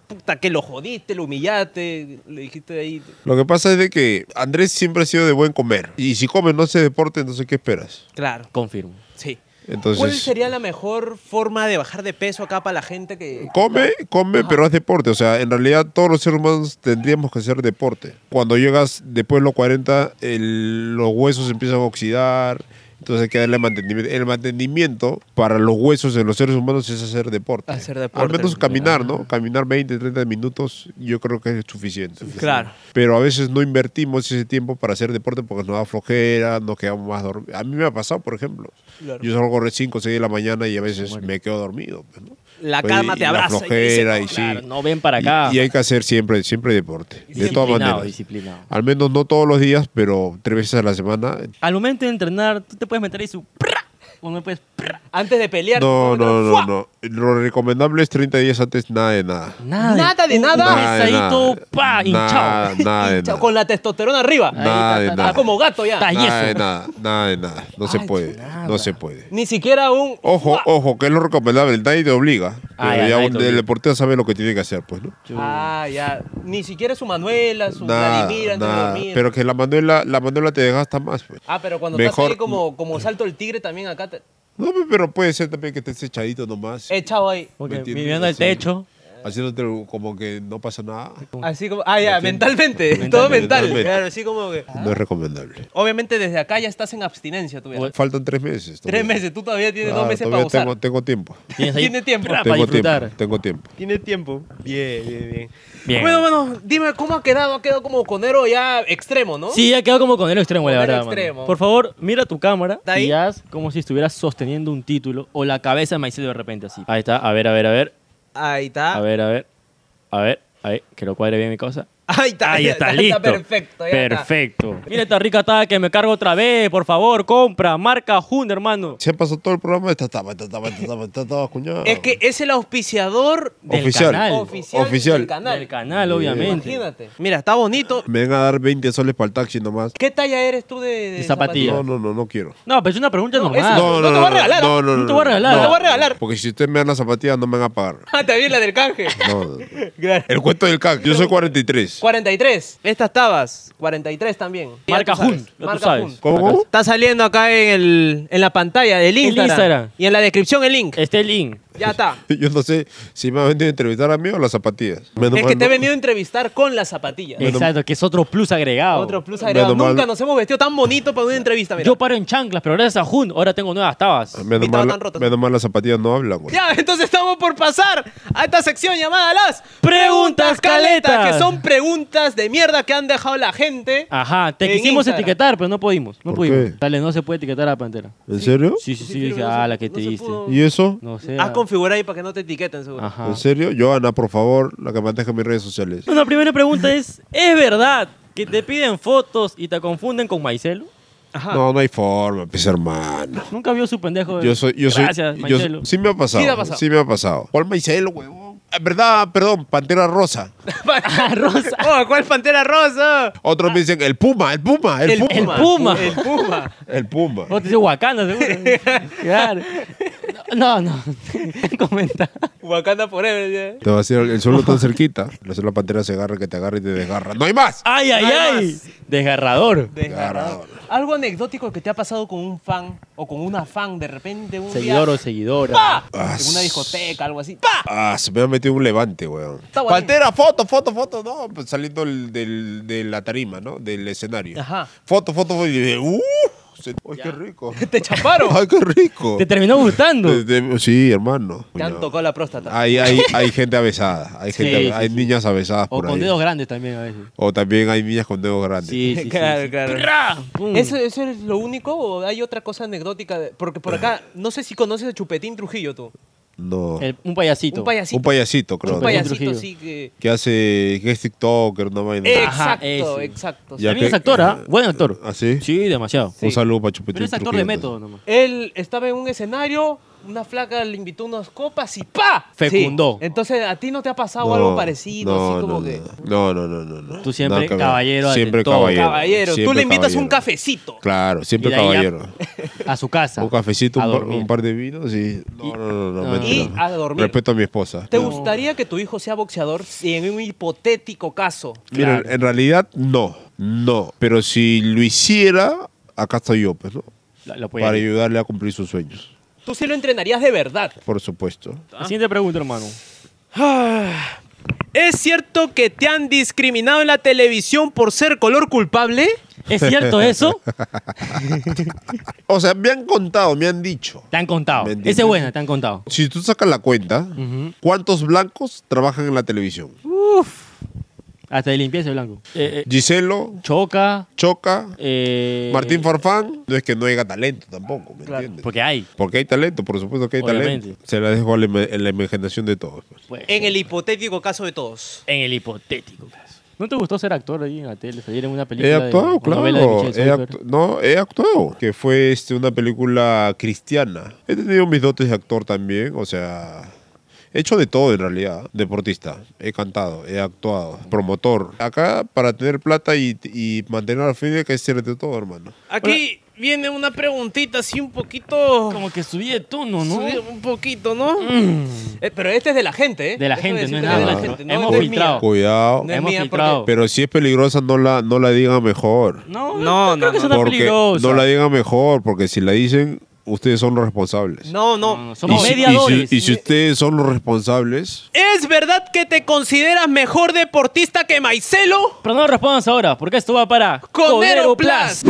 Speaker 4: puta, que lo jodiste, lo humillaste, le dijiste ahí.
Speaker 2: Lo que pasa es de que Andrés siempre ha sido de buen comer. Y si comes no hace deporte, entonces ¿qué esperas?
Speaker 4: Claro,
Speaker 1: Confirmo.
Speaker 4: sí.
Speaker 2: Entonces-
Speaker 4: ¿Cuál sería la mejor forma de bajar de peso acá para la gente que...
Speaker 2: Come, come, pero haz deporte. O sea, en realidad todos los seres humanos tendríamos que hacer deporte. Cuando llegas después de los 40, el- los huesos empiezan a oxidar. Entonces hay que darle mantenimiento. El mantenimiento para los huesos de los seres humanos es hacer deporte.
Speaker 4: Hacer deporte.
Speaker 2: Al menos caminar, ¿no? Caminar 20, 30 minutos yo creo que es suficiente.
Speaker 4: Claro.
Speaker 2: Pero a veces no invertimos ese tiempo para hacer deporte porque nos da flojera, nos quedamos más dormidos. A mí me ha pasado, por ejemplo.
Speaker 4: Claro.
Speaker 2: Yo salgo a correr 5 o 6 de la mañana y a veces me quedo dormido. pues, ¿no?
Speaker 4: La
Speaker 2: Pues,
Speaker 4: cama
Speaker 2: y
Speaker 4: te abraza
Speaker 2: La
Speaker 4: y te dice,
Speaker 2: flojera y,
Speaker 4: no,
Speaker 2: sí.
Speaker 1: claro, no ven para acá.
Speaker 2: Y, y hay que hacer siempre, siempre deporte. De
Speaker 1: Disciplinado,
Speaker 2: todas maneras.
Speaker 1: disciplinado.
Speaker 2: Al menos no todos los días, pero tres veces a la semana.
Speaker 1: Al momento de entrenar, tú te puedes meter ahí su... prra, O no puedes... prra.
Speaker 4: Antes de pelear...
Speaker 2: No,
Speaker 4: otra-
Speaker 2: no,
Speaker 4: ¡Fua!
Speaker 2: no, no. Lo recomendable es 30 días antes, nada de nada.
Speaker 1: Nada.
Speaker 4: Nada de
Speaker 1: Un
Speaker 4: nada.
Speaker 2: Nada de
Speaker 1: pesadito,
Speaker 2: nada.
Speaker 1: pa, hinchado.
Speaker 2: Nada, nada de
Speaker 4: Chao,
Speaker 2: nada.
Speaker 4: Con la testosterona arriba.
Speaker 2: Nada
Speaker 1: Ahí,
Speaker 2: de
Speaker 1: ta, ta, ta,
Speaker 2: nada.
Speaker 4: Ah, como gato ya.
Speaker 1: Ta- Ay,
Speaker 2: Nada
Speaker 1: eso.
Speaker 2: de nada, nada de nada. No se
Speaker 1: Ay,
Speaker 2: puede,
Speaker 1: nada.
Speaker 2: no se puede.
Speaker 4: Ni siquiera un...
Speaker 2: Ojo, ojo, que es lo recomendable. El nadie te obliga.
Speaker 1: Ah,
Speaker 2: pero ya
Speaker 1: ya, nadie
Speaker 2: un-
Speaker 1: te obliga.
Speaker 2: el deportista sabe lo que tiene que hacer, pues, ¿no?
Speaker 4: Ah, ya. Ni siquiera su Manuela, su
Speaker 2: Nada,
Speaker 4: Vladimir antes de
Speaker 2: nada.
Speaker 4: dormir.
Speaker 2: Pero que la manuela, la manuela te desgasta más, pues.
Speaker 4: Ah, pero cuando estás
Speaker 2: Mejor-
Speaker 4: ahí como, como salto el tigre también acá te
Speaker 2: No, pe- pero puede ser también que estés echadito nomás.
Speaker 4: echado ahí.
Speaker 1: Porque
Speaker 2: ¿Me entiendes?
Speaker 1: viviendo el
Speaker 2: Sí.
Speaker 1: techo.
Speaker 2: Haciéndote como que no pasa nada.
Speaker 4: Así como, ah, ya, mentalmente, <laughs>
Speaker 2: Mentalmente,
Speaker 4: todo mental.
Speaker 2: mentalmente.
Speaker 4: Claro, así como que.
Speaker 2: No es recomendable.
Speaker 4: Obviamente desde acá ya estás en abstinencia, tú ya.
Speaker 1: Bueno,
Speaker 2: Faltan tres
Speaker 4: <laughs> Tres
Speaker 2: meses. todavía.
Speaker 4: meses, tú todavía tienes dos
Speaker 2: Ah,
Speaker 4: meses para
Speaker 2: todavía
Speaker 4: usar.
Speaker 2: tengo,
Speaker 4: <laughs>
Speaker 2: tengo tiempo.
Speaker 1: Tienes ahí
Speaker 4: Tiene tiempo.
Speaker 1: prra, para
Speaker 2: tengo
Speaker 1: disfrutar.
Speaker 2: tiempo. Tengo tiempo.
Speaker 4: Tienes tiempo. Bien, bien, bien,
Speaker 1: Bien.
Speaker 4: Bueno, bueno, dime cómo ha quedado. Ha quedado como conero ya extremo, ¿no?
Speaker 1: Sí, ya quedó como con el extremo, la
Speaker 4: Conero
Speaker 1: verdad. mano.
Speaker 4: extremo.
Speaker 1: Por favor, mira tu cámara
Speaker 4: ¿Está ahí?
Speaker 1: y haz como si estuvieras sosteniendo un título o la cabeza de Maicelo de repente así. Ahí está, a ver, a ver, a ver,
Speaker 4: Ahí está.
Speaker 1: a ver, a ver, a ver, ahí, que lo cuadre bien mi cosa.
Speaker 4: Ahí está. <laughs>
Speaker 1: Ahí
Speaker 4: ya
Speaker 1: está, listo.
Speaker 4: perfecto. ya está.
Speaker 1: perfecto. Mira esta rica tada que me cargo otra vez, por favor, compra, marca Hun, hermano.
Speaker 2: Se ha pasado todo el programa de tataba, tataba, tataba, tataba, cuñado.
Speaker 4: Es que es el auspiciador
Speaker 1: del
Speaker 2: Oficial.
Speaker 1: canal.
Speaker 4: oficial,
Speaker 2: Oficial.
Speaker 4: del canal.
Speaker 1: Del canal, obviamente.
Speaker 4: Imagínate. Mira, está bonito.
Speaker 2: Me van a dar 20 soles para el taxi nomás.
Speaker 4: ¿Qué talla eres tú de,
Speaker 1: De zapatillas.
Speaker 2: No, no, no, no quiero.
Speaker 1: No, pero es una pregunta
Speaker 4: No,
Speaker 1: normal.
Speaker 4: eso- no te voy a regalar,
Speaker 2: No, no,
Speaker 1: no te voy a regalar.
Speaker 4: No te voy a regalar.
Speaker 2: Porque si ustedes me dan las zapatillas, no me van a pagar.
Speaker 4: <laughs> Ah, también la del
Speaker 1: <laughs>
Speaker 4: canje.
Speaker 2: No, no, no.
Speaker 4: Claro.
Speaker 2: El cuento del CAC. Yo soy 43.
Speaker 4: 43. Estas tabas. 43 también. Ya
Speaker 1: Marca
Speaker 4: tú sabes.
Speaker 1: Hun, ya tú
Speaker 4: Marca
Speaker 1: sabes.
Speaker 4: Hun.
Speaker 2: ¿Cómo?
Speaker 4: Está saliendo acá en, el, en la pantalla del Instagram,
Speaker 1: Instagram.
Speaker 4: Y en la descripción el link.
Speaker 1: Este link.
Speaker 4: Ya está.
Speaker 2: Yo no sé si me han venido a entrevistar a mí o las zapatillas. Menos
Speaker 4: es
Speaker 2: mal
Speaker 4: que te he
Speaker 2: no-
Speaker 4: venido a entrevistar con las zapatillas.
Speaker 2: Menos-
Speaker 1: Exacto, que es otro plus agregado.
Speaker 4: Otro plus agregado.
Speaker 2: menos mal.
Speaker 4: Nunca nos hemos vestido tan bonito para una entrevista. Mira. Ah,
Speaker 1: Yo paro en chanclas, pero gracias a Hun, ahora tengo nuevas tabas.
Speaker 2: ah, Menos
Speaker 4: Invitado
Speaker 2: mal,
Speaker 4: tan roto.
Speaker 2: menos mal las zapatillas no hablan, güey.
Speaker 4: Ya, entonces estamos por pasar a esta sección llamada las
Speaker 1: Preguntas Caleta.
Speaker 4: que son preguntas de mierda que han dejado la gente.
Speaker 1: Ajá, te
Speaker 4: En
Speaker 1: quisimos
Speaker 4: Instagram.
Speaker 1: etiquetar, pero no pudimos. No
Speaker 2: ¿Por
Speaker 1: pudimos.
Speaker 2: qué?
Speaker 1: Dale, no se puede etiquetar a la Pantera.
Speaker 2: ¿En serio?
Speaker 1: Sí, sí, sí,
Speaker 4: sí,
Speaker 1: dije,
Speaker 4: pero no
Speaker 1: ah,
Speaker 4: se-
Speaker 1: la que
Speaker 4: no
Speaker 1: te
Speaker 4: se
Speaker 1: diste.
Speaker 4: pudo. Pues
Speaker 2: ¿Y eso?
Speaker 1: No sé.
Speaker 4: Has
Speaker 1: ah.
Speaker 4: configurado ahí para que no te etiqueten, seguro.
Speaker 1: Ajá.
Speaker 2: ¿En serio? Joana, por favor, la que maneja mis redes sociales.
Speaker 1: Bueno, la primera pregunta es, ¿es verdad que te piden fotos y te confunden con Maicelo?
Speaker 4: Ajá. <laughs>
Speaker 2: No, no hay forma, pues hermano.
Speaker 1: Nunca vio su pendejo. de-
Speaker 2: Yo soy, yo soy.
Speaker 1: Gracias,
Speaker 2: yo-
Speaker 1: Maicelo.
Speaker 2: sí me ha pasado.
Speaker 4: Sí te ha pasado.
Speaker 2: me ha pasado. ¿Cuál Maicelo, huevón? En verdad, perdón, Pantera Rosa.
Speaker 1: Ah, Rosa.
Speaker 4: Oh, ¿cuál pantera rosa?
Speaker 2: Otros me dicen el Puma, el Puma, el, Puma.
Speaker 1: el Puma.
Speaker 4: El Puma.
Speaker 2: El Puma.
Speaker 1: Vos te dices
Speaker 2: <laughs>
Speaker 1: Wakanda, seguro. claro. No, no. no. <laughs> Comenta.
Speaker 4: Wakanda Forever. ¿sí?
Speaker 2: Te va a decir el el <laughs> suelo tan cerquita. La sola pantera se agarra, que te agarra y te desgarra. ¡No hay más!
Speaker 1: ¡Ay, ay,
Speaker 4: No hay
Speaker 1: ay! Desgarrador.
Speaker 4: Desgarrador. Algo anecdótico que te ha pasado con un fan o con una fan de repente un
Speaker 1: Seguidor
Speaker 4: día,
Speaker 1: o seguidora.
Speaker 4: ¡pa!
Speaker 2: Ah,
Speaker 4: En una discoteca, algo así. ¡Pa!
Speaker 2: Ah, se me ha metido un levante, weón.
Speaker 4: Está bonito.
Speaker 2: Pantera, foto, foto, foto, no. pues saliendo el- del- de la tarima, ¿no? Del escenario.
Speaker 4: Ajá.
Speaker 2: Foto, foto, foto. Y dije, ¡uh! se- Ay, qué rico.
Speaker 4: Te
Speaker 2: <laughs>
Speaker 4: chaparon.
Speaker 2: Ay, qué rico.
Speaker 1: Te terminó gustando.
Speaker 2: De- de- Sí, hermano.
Speaker 4: Te han tocado la próstata.
Speaker 2: Hay, hay, hay gente avesada. Hay, gente,
Speaker 1: Sí, sí,
Speaker 2: hay
Speaker 1: sí.
Speaker 2: niñas avesadas
Speaker 1: O
Speaker 2: por
Speaker 1: con
Speaker 2: ahí.
Speaker 1: dedos grandes también a veces.
Speaker 2: O también hay niñas con dedos grandes.
Speaker 1: Sí, sí, sí.
Speaker 4: Claro,
Speaker 1: sí.
Speaker 4: claro. Mm.
Speaker 1: ¡Prá! ¡Pum!
Speaker 4: ¿Eso, ¿Eso es lo único o hay otra cosa anecdótica? de- Porque por acá, no sé si conoces a Chupetín Trujillo tú.
Speaker 2: No.
Speaker 1: El- un payasito.
Speaker 4: Un payasito.
Speaker 2: Un payasito, creo.
Speaker 4: Un
Speaker 2: ¿no?
Speaker 1: payaso.
Speaker 4: payasito, sí
Speaker 1: Trujillo.
Speaker 4: que...
Speaker 2: Que hace. que es TikToker, no vaina.
Speaker 4: Eh,
Speaker 1: Ajá,
Speaker 4: exacto,
Speaker 1: ese.
Speaker 4: exacto.
Speaker 2: Ya.
Speaker 1: También
Speaker 2: que-
Speaker 1: es actor, ¿ah? Buen actor.
Speaker 2: ¿Ah, sí?
Speaker 1: Sí, demasiado.
Speaker 2: Un saludo para Chupetín.
Speaker 1: Pero es actor de
Speaker 2: Trujillo.
Speaker 1: método nomás.
Speaker 4: Él estaba en un escenario, una flaca le invitó unas copas y ¡pa!
Speaker 1: Fecundó.
Speaker 4: Sí. Entonces, ¿a ti no te ha pasado
Speaker 2: No,
Speaker 4: algo parecido?
Speaker 2: no,
Speaker 4: así como
Speaker 2: no,
Speaker 4: que...
Speaker 2: No, no, no, no. no.
Speaker 1: Tú siempre
Speaker 2: Nada que ver.
Speaker 1: caballero
Speaker 2: Siempre
Speaker 1: ante todo.
Speaker 2: caballero.
Speaker 4: Caballero, tú
Speaker 2: Siempre
Speaker 4: le invitas
Speaker 2: caballero.
Speaker 4: un cafecito.
Speaker 2: Claro,
Speaker 1: Y
Speaker 2: siempre
Speaker 1: de ahí ya-
Speaker 2: caballero.
Speaker 1: <laughs> A su casa.
Speaker 2: Un cafecito,
Speaker 1: A
Speaker 2: un par,
Speaker 1: dormir.
Speaker 2: un par de vinos y. No, no, no, no,
Speaker 1: Y
Speaker 2: mentira.
Speaker 4: a dormir.
Speaker 2: Respeto a mi esposa.
Speaker 4: ¿Te
Speaker 2: No.
Speaker 4: gustaría que tu hijo sea boxeador si en un hipotético caso?
Speaker 2: Mira, en realidad no, no. Pero si lo hiciera, acá estoy yo, pues, ¿no?
Speaker 1: La- lo apoyaría.
Speaker 2: Para ayudarle a cumplir sus sueños,
Speaker 4: Tú sí lo entrenarías de verdad.
Speaker 2: por supuesto.
Speaker 1: La Siguiente pregunta, hermano.
Speaker 4: Ah, ¿Es cierto que te han discriminado en la televisión por ser color culpable?
Speaker 2: <laughs>
Speaker 1: ¿Es cierto eso?
Speaker 2: O sea, me han contado, me han dicho.
Speaker 1: Te han contado.
Speaker 2: Me entiendes.
Speaker 1: Esa es buena, te han contado.
Speaker 2: Si tú sacas la cuenta, ¿cuántos blancos trabajan en la televisión?
Speaker 1: Hasta de limpieza de blanco. Eh, eh,
Speaker 2: Giselo,
Speaker 1: Choca.
Speaker 2: Choca,
Speaker 1: eh,
Speaker 2: Martín Farfán. No es que no haya talento tampoco, ¿me
Speaker 4: Claro.
Speaker 2: entiendes?
Speaker 1: Porque hay.
Speaker 2: Porque hay talento, por supuesto que hay
Speaker 1: Obviamente.
Speaker 2: talento. Se la dejo a la ima- en la imaginación de todos. pues.
Speaker 1: pues,
Speaker 4: En el hipotético caso de todos.
Speaker 1: en el hipotético caso. ¿No te gustó ser actor ahí en la tele? Salir en una película.
Speaker 2: He
Speaker 1: de-
Speaker 2: actuado,
Speaker 1: o novela de
Speaker 2: claro.
Speaker 1: Michelle
Speaker 2: He
Speaker 1: Pfeiffer?
Speaker 2: actu- no, he actuado. Que fue este, una película cristiana. He tenido mis dotes de actor también, o sea. He hecho de todo en realidad. Deportista. He cantado, he actuado. Promotor. Acá para tener plata y, y mantener la familia hay que ser de todo, hermano.
Speaker 4: Aquí viene una preguntita así un poquito...
Speaker 1: Como que subí de tono, ¿no?
Speaker 4: subido Un poquito, ¿no? Eh, pero este es de la gente, ¿eh?
Speaker 1: De la
Speaker 4: Déjame
Speaker 1: gente, no es
Speaker 4: decirte
Speaker 1: nada.
Speaker 4: que es de la
Speaker 1: nuestro.
Speaker 4: gente, no,
Speaker 1: Hemos
Speaker 4: no es
Speaker 1: filtrado.
Speaker 4: mía.
Speaker 2: Cuidado.
Speaker 4: No es
Speaker 1: Hemos
Speaker 4: mía,
Speaker 1: filtrado.
Speaker 2: Pero si es peligrosa, no la, no la digan mejor.
Speaker 1: No,
Speaker 4: No,
Speaker 1: no,
Speaker 4: no,
Speaker 1: creo que
Speaker 4: no,
Speaker 1: es
Speaker 2: Porque-
Speaker 1: peligrosa.
Speaker 2: No la digan mejor, porque si la dicen, ustedes son los responsables.
Speaker 4: No, no.
Speaker 1: No, no,
Speaker 2: Y
Speaker 1: somos
Speaker 2: si- y si-
Speaker 1: mediadores.
Speaker 2: y si ustedes son los responsables,
Speaker 4: ¿Es verdad que te consideras mejor deportista que Maicelo?
Speaker 1: Pero no respondas ahora, porque esto va para
Speaker 4: Conero Plus.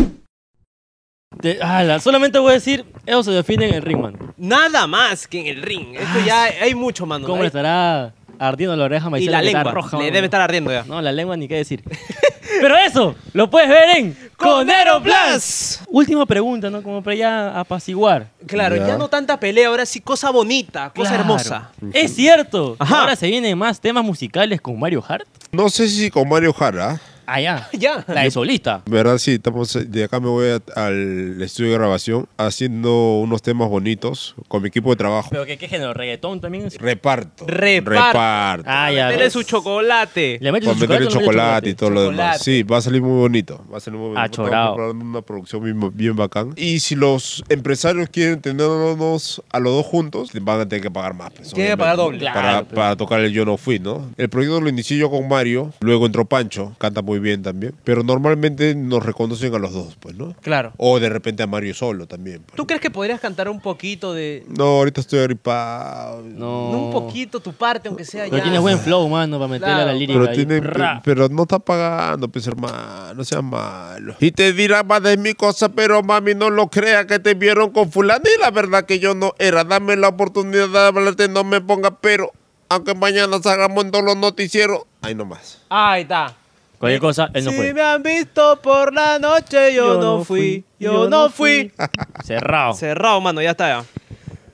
Speaker 1: Te- ala, solamente voy a decir, eso se define en el ring, mano.
Speaker 4: Nada más que en el ring. Esto ya hay mucho, mano.
Speaker 1: ¿Cómo
Speaker 4: Hay-
Speaker 1: le estará ardiendo la oreja a
Speaker 4: Y
Speaker 1: Maicelo?
Speaker 4: la
Speaker 1: que está
Speaker 4: lengua.
Speaker 1: roja,
Speaker 4: le
Speaker 1: mano?
Speaker 4: debe estar ardiendo ya.
Speaker 1: No, la lengua ni qué decir. <laughs> Pero eso, lo puedes ver en Conero Plus. Última pregunta, ¿no? Como para ya apaciguar.
Speaker 4: Claro, ya.
Speaker 2: Ya.
Speaker 4: no tanta pelea, ahora sí cosa bonita, cosa
Speaker 1: Claro.
Speaker 4: hermosa.
Speaker 1: Es cierto.
Speaker 4: Ajá.
Speaker 1: Ahora se vienen más temas musicales con Mario Hart.
Speaker 2: No sé si con Mario Jara,
Speaker 1: Allá.
Speaker 4: <laughs> Ya.
Speaker 1: La de solista.
Speaker 2: ¿verdad? Sí, estamos, eh, de acá me voy a- al estudio de grabación haciendo unos temas bonitos con mi equipo de trabajo.
Speaker 1: Pero que qué género, reggaetón también. es?
Speaker 2: Reparto.
Speaker 4: Reparto.
Speaker 1: Ah, ya.
Speaker 4: Dele
Speaker 1: ves.
Speaker 4: su chocolate.
Speaker 1: Le metes
Speaker 2: Para
Speaker 1: su chocolate,
Speaker 2: meterle
Speaker 1: o no le
Speaker 2: chocolate y todo lo demás.
Speaker 4: Chocolate.
Speaker 2: Sí, va a salir muy bonito. Va a salir muy bonito.
Speaker 1: Ah,
Speaker 2: Estamos
Speaker 1: chorao.
Speaker 2: preparando una producción bien, bien bacán. Y si los empresarios quieren tenernos a los dos juntos, van a tener que pagar más. pues,
Speaker 4: Tienen que pagar
Speaker 2: obviamente,
Speaker 1: doble.
Speaker 2: Para,
Speaker 1: Claro, pues.
Speaker 2: para tocar el Yo No Fui, ¿no? El proyecto lo inicié yo con Mario, luego entró Pancho, canta muy bien también. Pero normalmente nos reconocen a los dos, pues, ¿no?
Speaker 4: Claro.
Speaker 2: O de repente a Mario solo también. pues.
Speaker 4: ¿Tú crees que podrías cantar un poquito de.
Speaker 2: No, ahorita estoy agripado.
Speaker 1: No.
Speaker 4: no Un poquito tu parte, aunque sea
Speaker 1: Pero
Speaker 4: ya.
Speaker 1: tiene buen flow, mano, para meterle
Speaker 4: Claro,
Speaker 1: a la lírica.
Speaker 2: Pero,
Speaker 1: ahí.
Speaker 2: tiene,
Speaker 1: Ra.
Speaker 2: pero no está pagando, pues hermano, no seas malo. Y te dirá más de mi cosa, pero mami, no lo creas que te vieron con fulano y la verdad que yo no era. Dame la oportunidad de hablarte, no me ponga pero. Aunque mañana salgamos en todos los noticieros. Ahí nomás.
Speaker 4: Ahí está.
Speaker 1: Cualquier cosa, él no
Speaker 4: si
Speaker 1: puede.
Speaker 4: me han visto por la noche, yo, no fui. Yo no fui.
Speaker 2: <laughs>
Speaker 1: Cerrado.
Speaker 4: Cerrado, mano, ya está. Ya,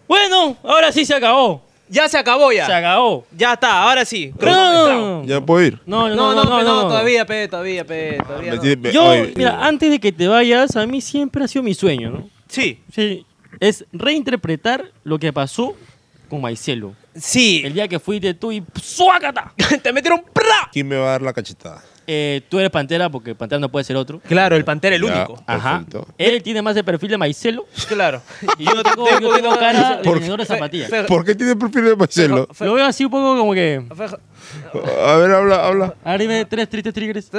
Speaker 1: Bueno, ahora sí se acabó.
Speaker 4: ya se acabó ya.
Speaker 1: Se acabó.
Speaker 4: Ya está, ahora sí.
Speaker 1: No,
Speaker 2: ¿Ya puedo ir?
Speaker 1: no, no,
Speaker 4: No, no, no,
Speaker 1: no, no.
Speaker 4: todavía, pe, todavía, pe, todavía.
Speaker 2: Me
Speaker 4: no.
Speaker 2: tiene- me-
Speaker 1: Yo,
Speaker 2: oye,
Speaker 1: mira, antes de que te vayas, a mí siempre ha sido mi sueño, ¿no?
Speaker 4: Sí,
Speaker 1: Sí, es reinterpretar lo que pasó con Maicelo. El
Speaker 4: sí.
Speaker 1: día que fuiste tú y ¡suácata!
Speaker 4: Te metieron pra.
Speaker 2: ¿Quién me va a dar la cachetada?
Speaker 1: Eh, tú eres Pantera porque Pantera no puede ser otro.
Speaker 4: Claro, el pantera el
Speaker 2: Ya.
Speaker 4: único.
Speaker 1: Ajá.
Speaker 2: Perfecto.
Speaker 1: Él tiene más de perfil de Maicelo.
Speaker 4: Claro. <laughs>
Speaker 1: Y yo tengo, yo tengo cara
Speaker 2: ¿Por
Speaker 1: de
Speaker 2: qué?
Speaker 1: vendedor de zapatillas.
Speaker 4: Fe-
Speaker 2: ¿Por qué tiene perfil de Marcelo?
Speaker 1: Lo veo así un poco como que...
Speaker 4: fe-
Speaker 2: A ver, habla, habla.
Speaker 1: A ver, dime tres tristes
Speaker 4: <laughs>
Speaker 1: tigres. <laughs>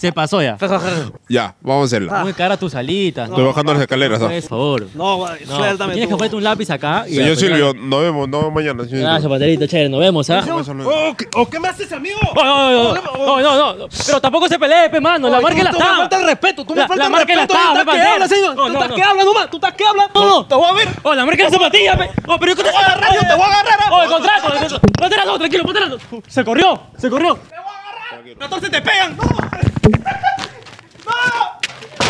Speaker 1: Se pasó ya.
Speaker 2: Ya, vamos a hacerla.
Speaker 1: Muy cara tus alitas.
Speaker 2: Estoy
Speaker 1: ¿no?
Speaker 2: bajando las escaleras. ¿ah?
Speaker 1: Por favor.
Speaker 4: No, va,
Speaker 1: No,
Speaker 4: suéltame
Speaker 1: tienes que
Speaker 4: tú.
Speaker 1: ponerte un lápiz acá. y
Speaker 2: Señor
Speaker 1: apretar.
Speaker 2: Silvio, nos vemos, nos vemos mañana. señorito.
Speaker 1: Gracias, Paterito, chévere. Nos vemos, ¿ah?
Speaker 2: Vamos a saludar.
Speaker 4: Oh, ¿qué- ¿O qué me has haces, amigo?
Speaker 1: No, no, no, no, no, no, no. Pero tampoco se pelee, pe, mano. La
Speaker 4: Oye,
Speaker 1: marca
Speaker 4: tú-
Speaker 1: la
Speaker 4: tú me
Speaker 1: está.
Speaker 4: faltas el respeto, tú me
Speaker 1: La-
Speaker 4: faltas
Speaker 1: la
Speaker 4: el
Speaker 1: marca la
Speaker 4: respeto.
Speaker 1: está,
Speaker 4: Oye,
Speaker 1: pe,
Speaker 4: ¿Estás que
Speaker 1: Pantera.
Speaker 4: hablas, señor?
Speaker 1: No,
Speaker 4: ¿Tú
Speaker 1: no,
Speaker 4: estás
Speaker 1: no.
Speaker 4: que hablas nomás? ¿Tú estás que hablas?
Speaker 1: No.
Speaker 4: Te voy a ver.
Speaker 1: Oh, la marca la zapatilla, pe. Oh, pero yo que te
Speaker 4: voy a agarrar, yo te voy a agarrar.
Speaker 1: Oh, el contrato, el contrato. Ponte las dos, tranquilo, ponte las dos. Se corrió, se corrió.
Speaker 4: 14 te pegan. ¡No! ¡No!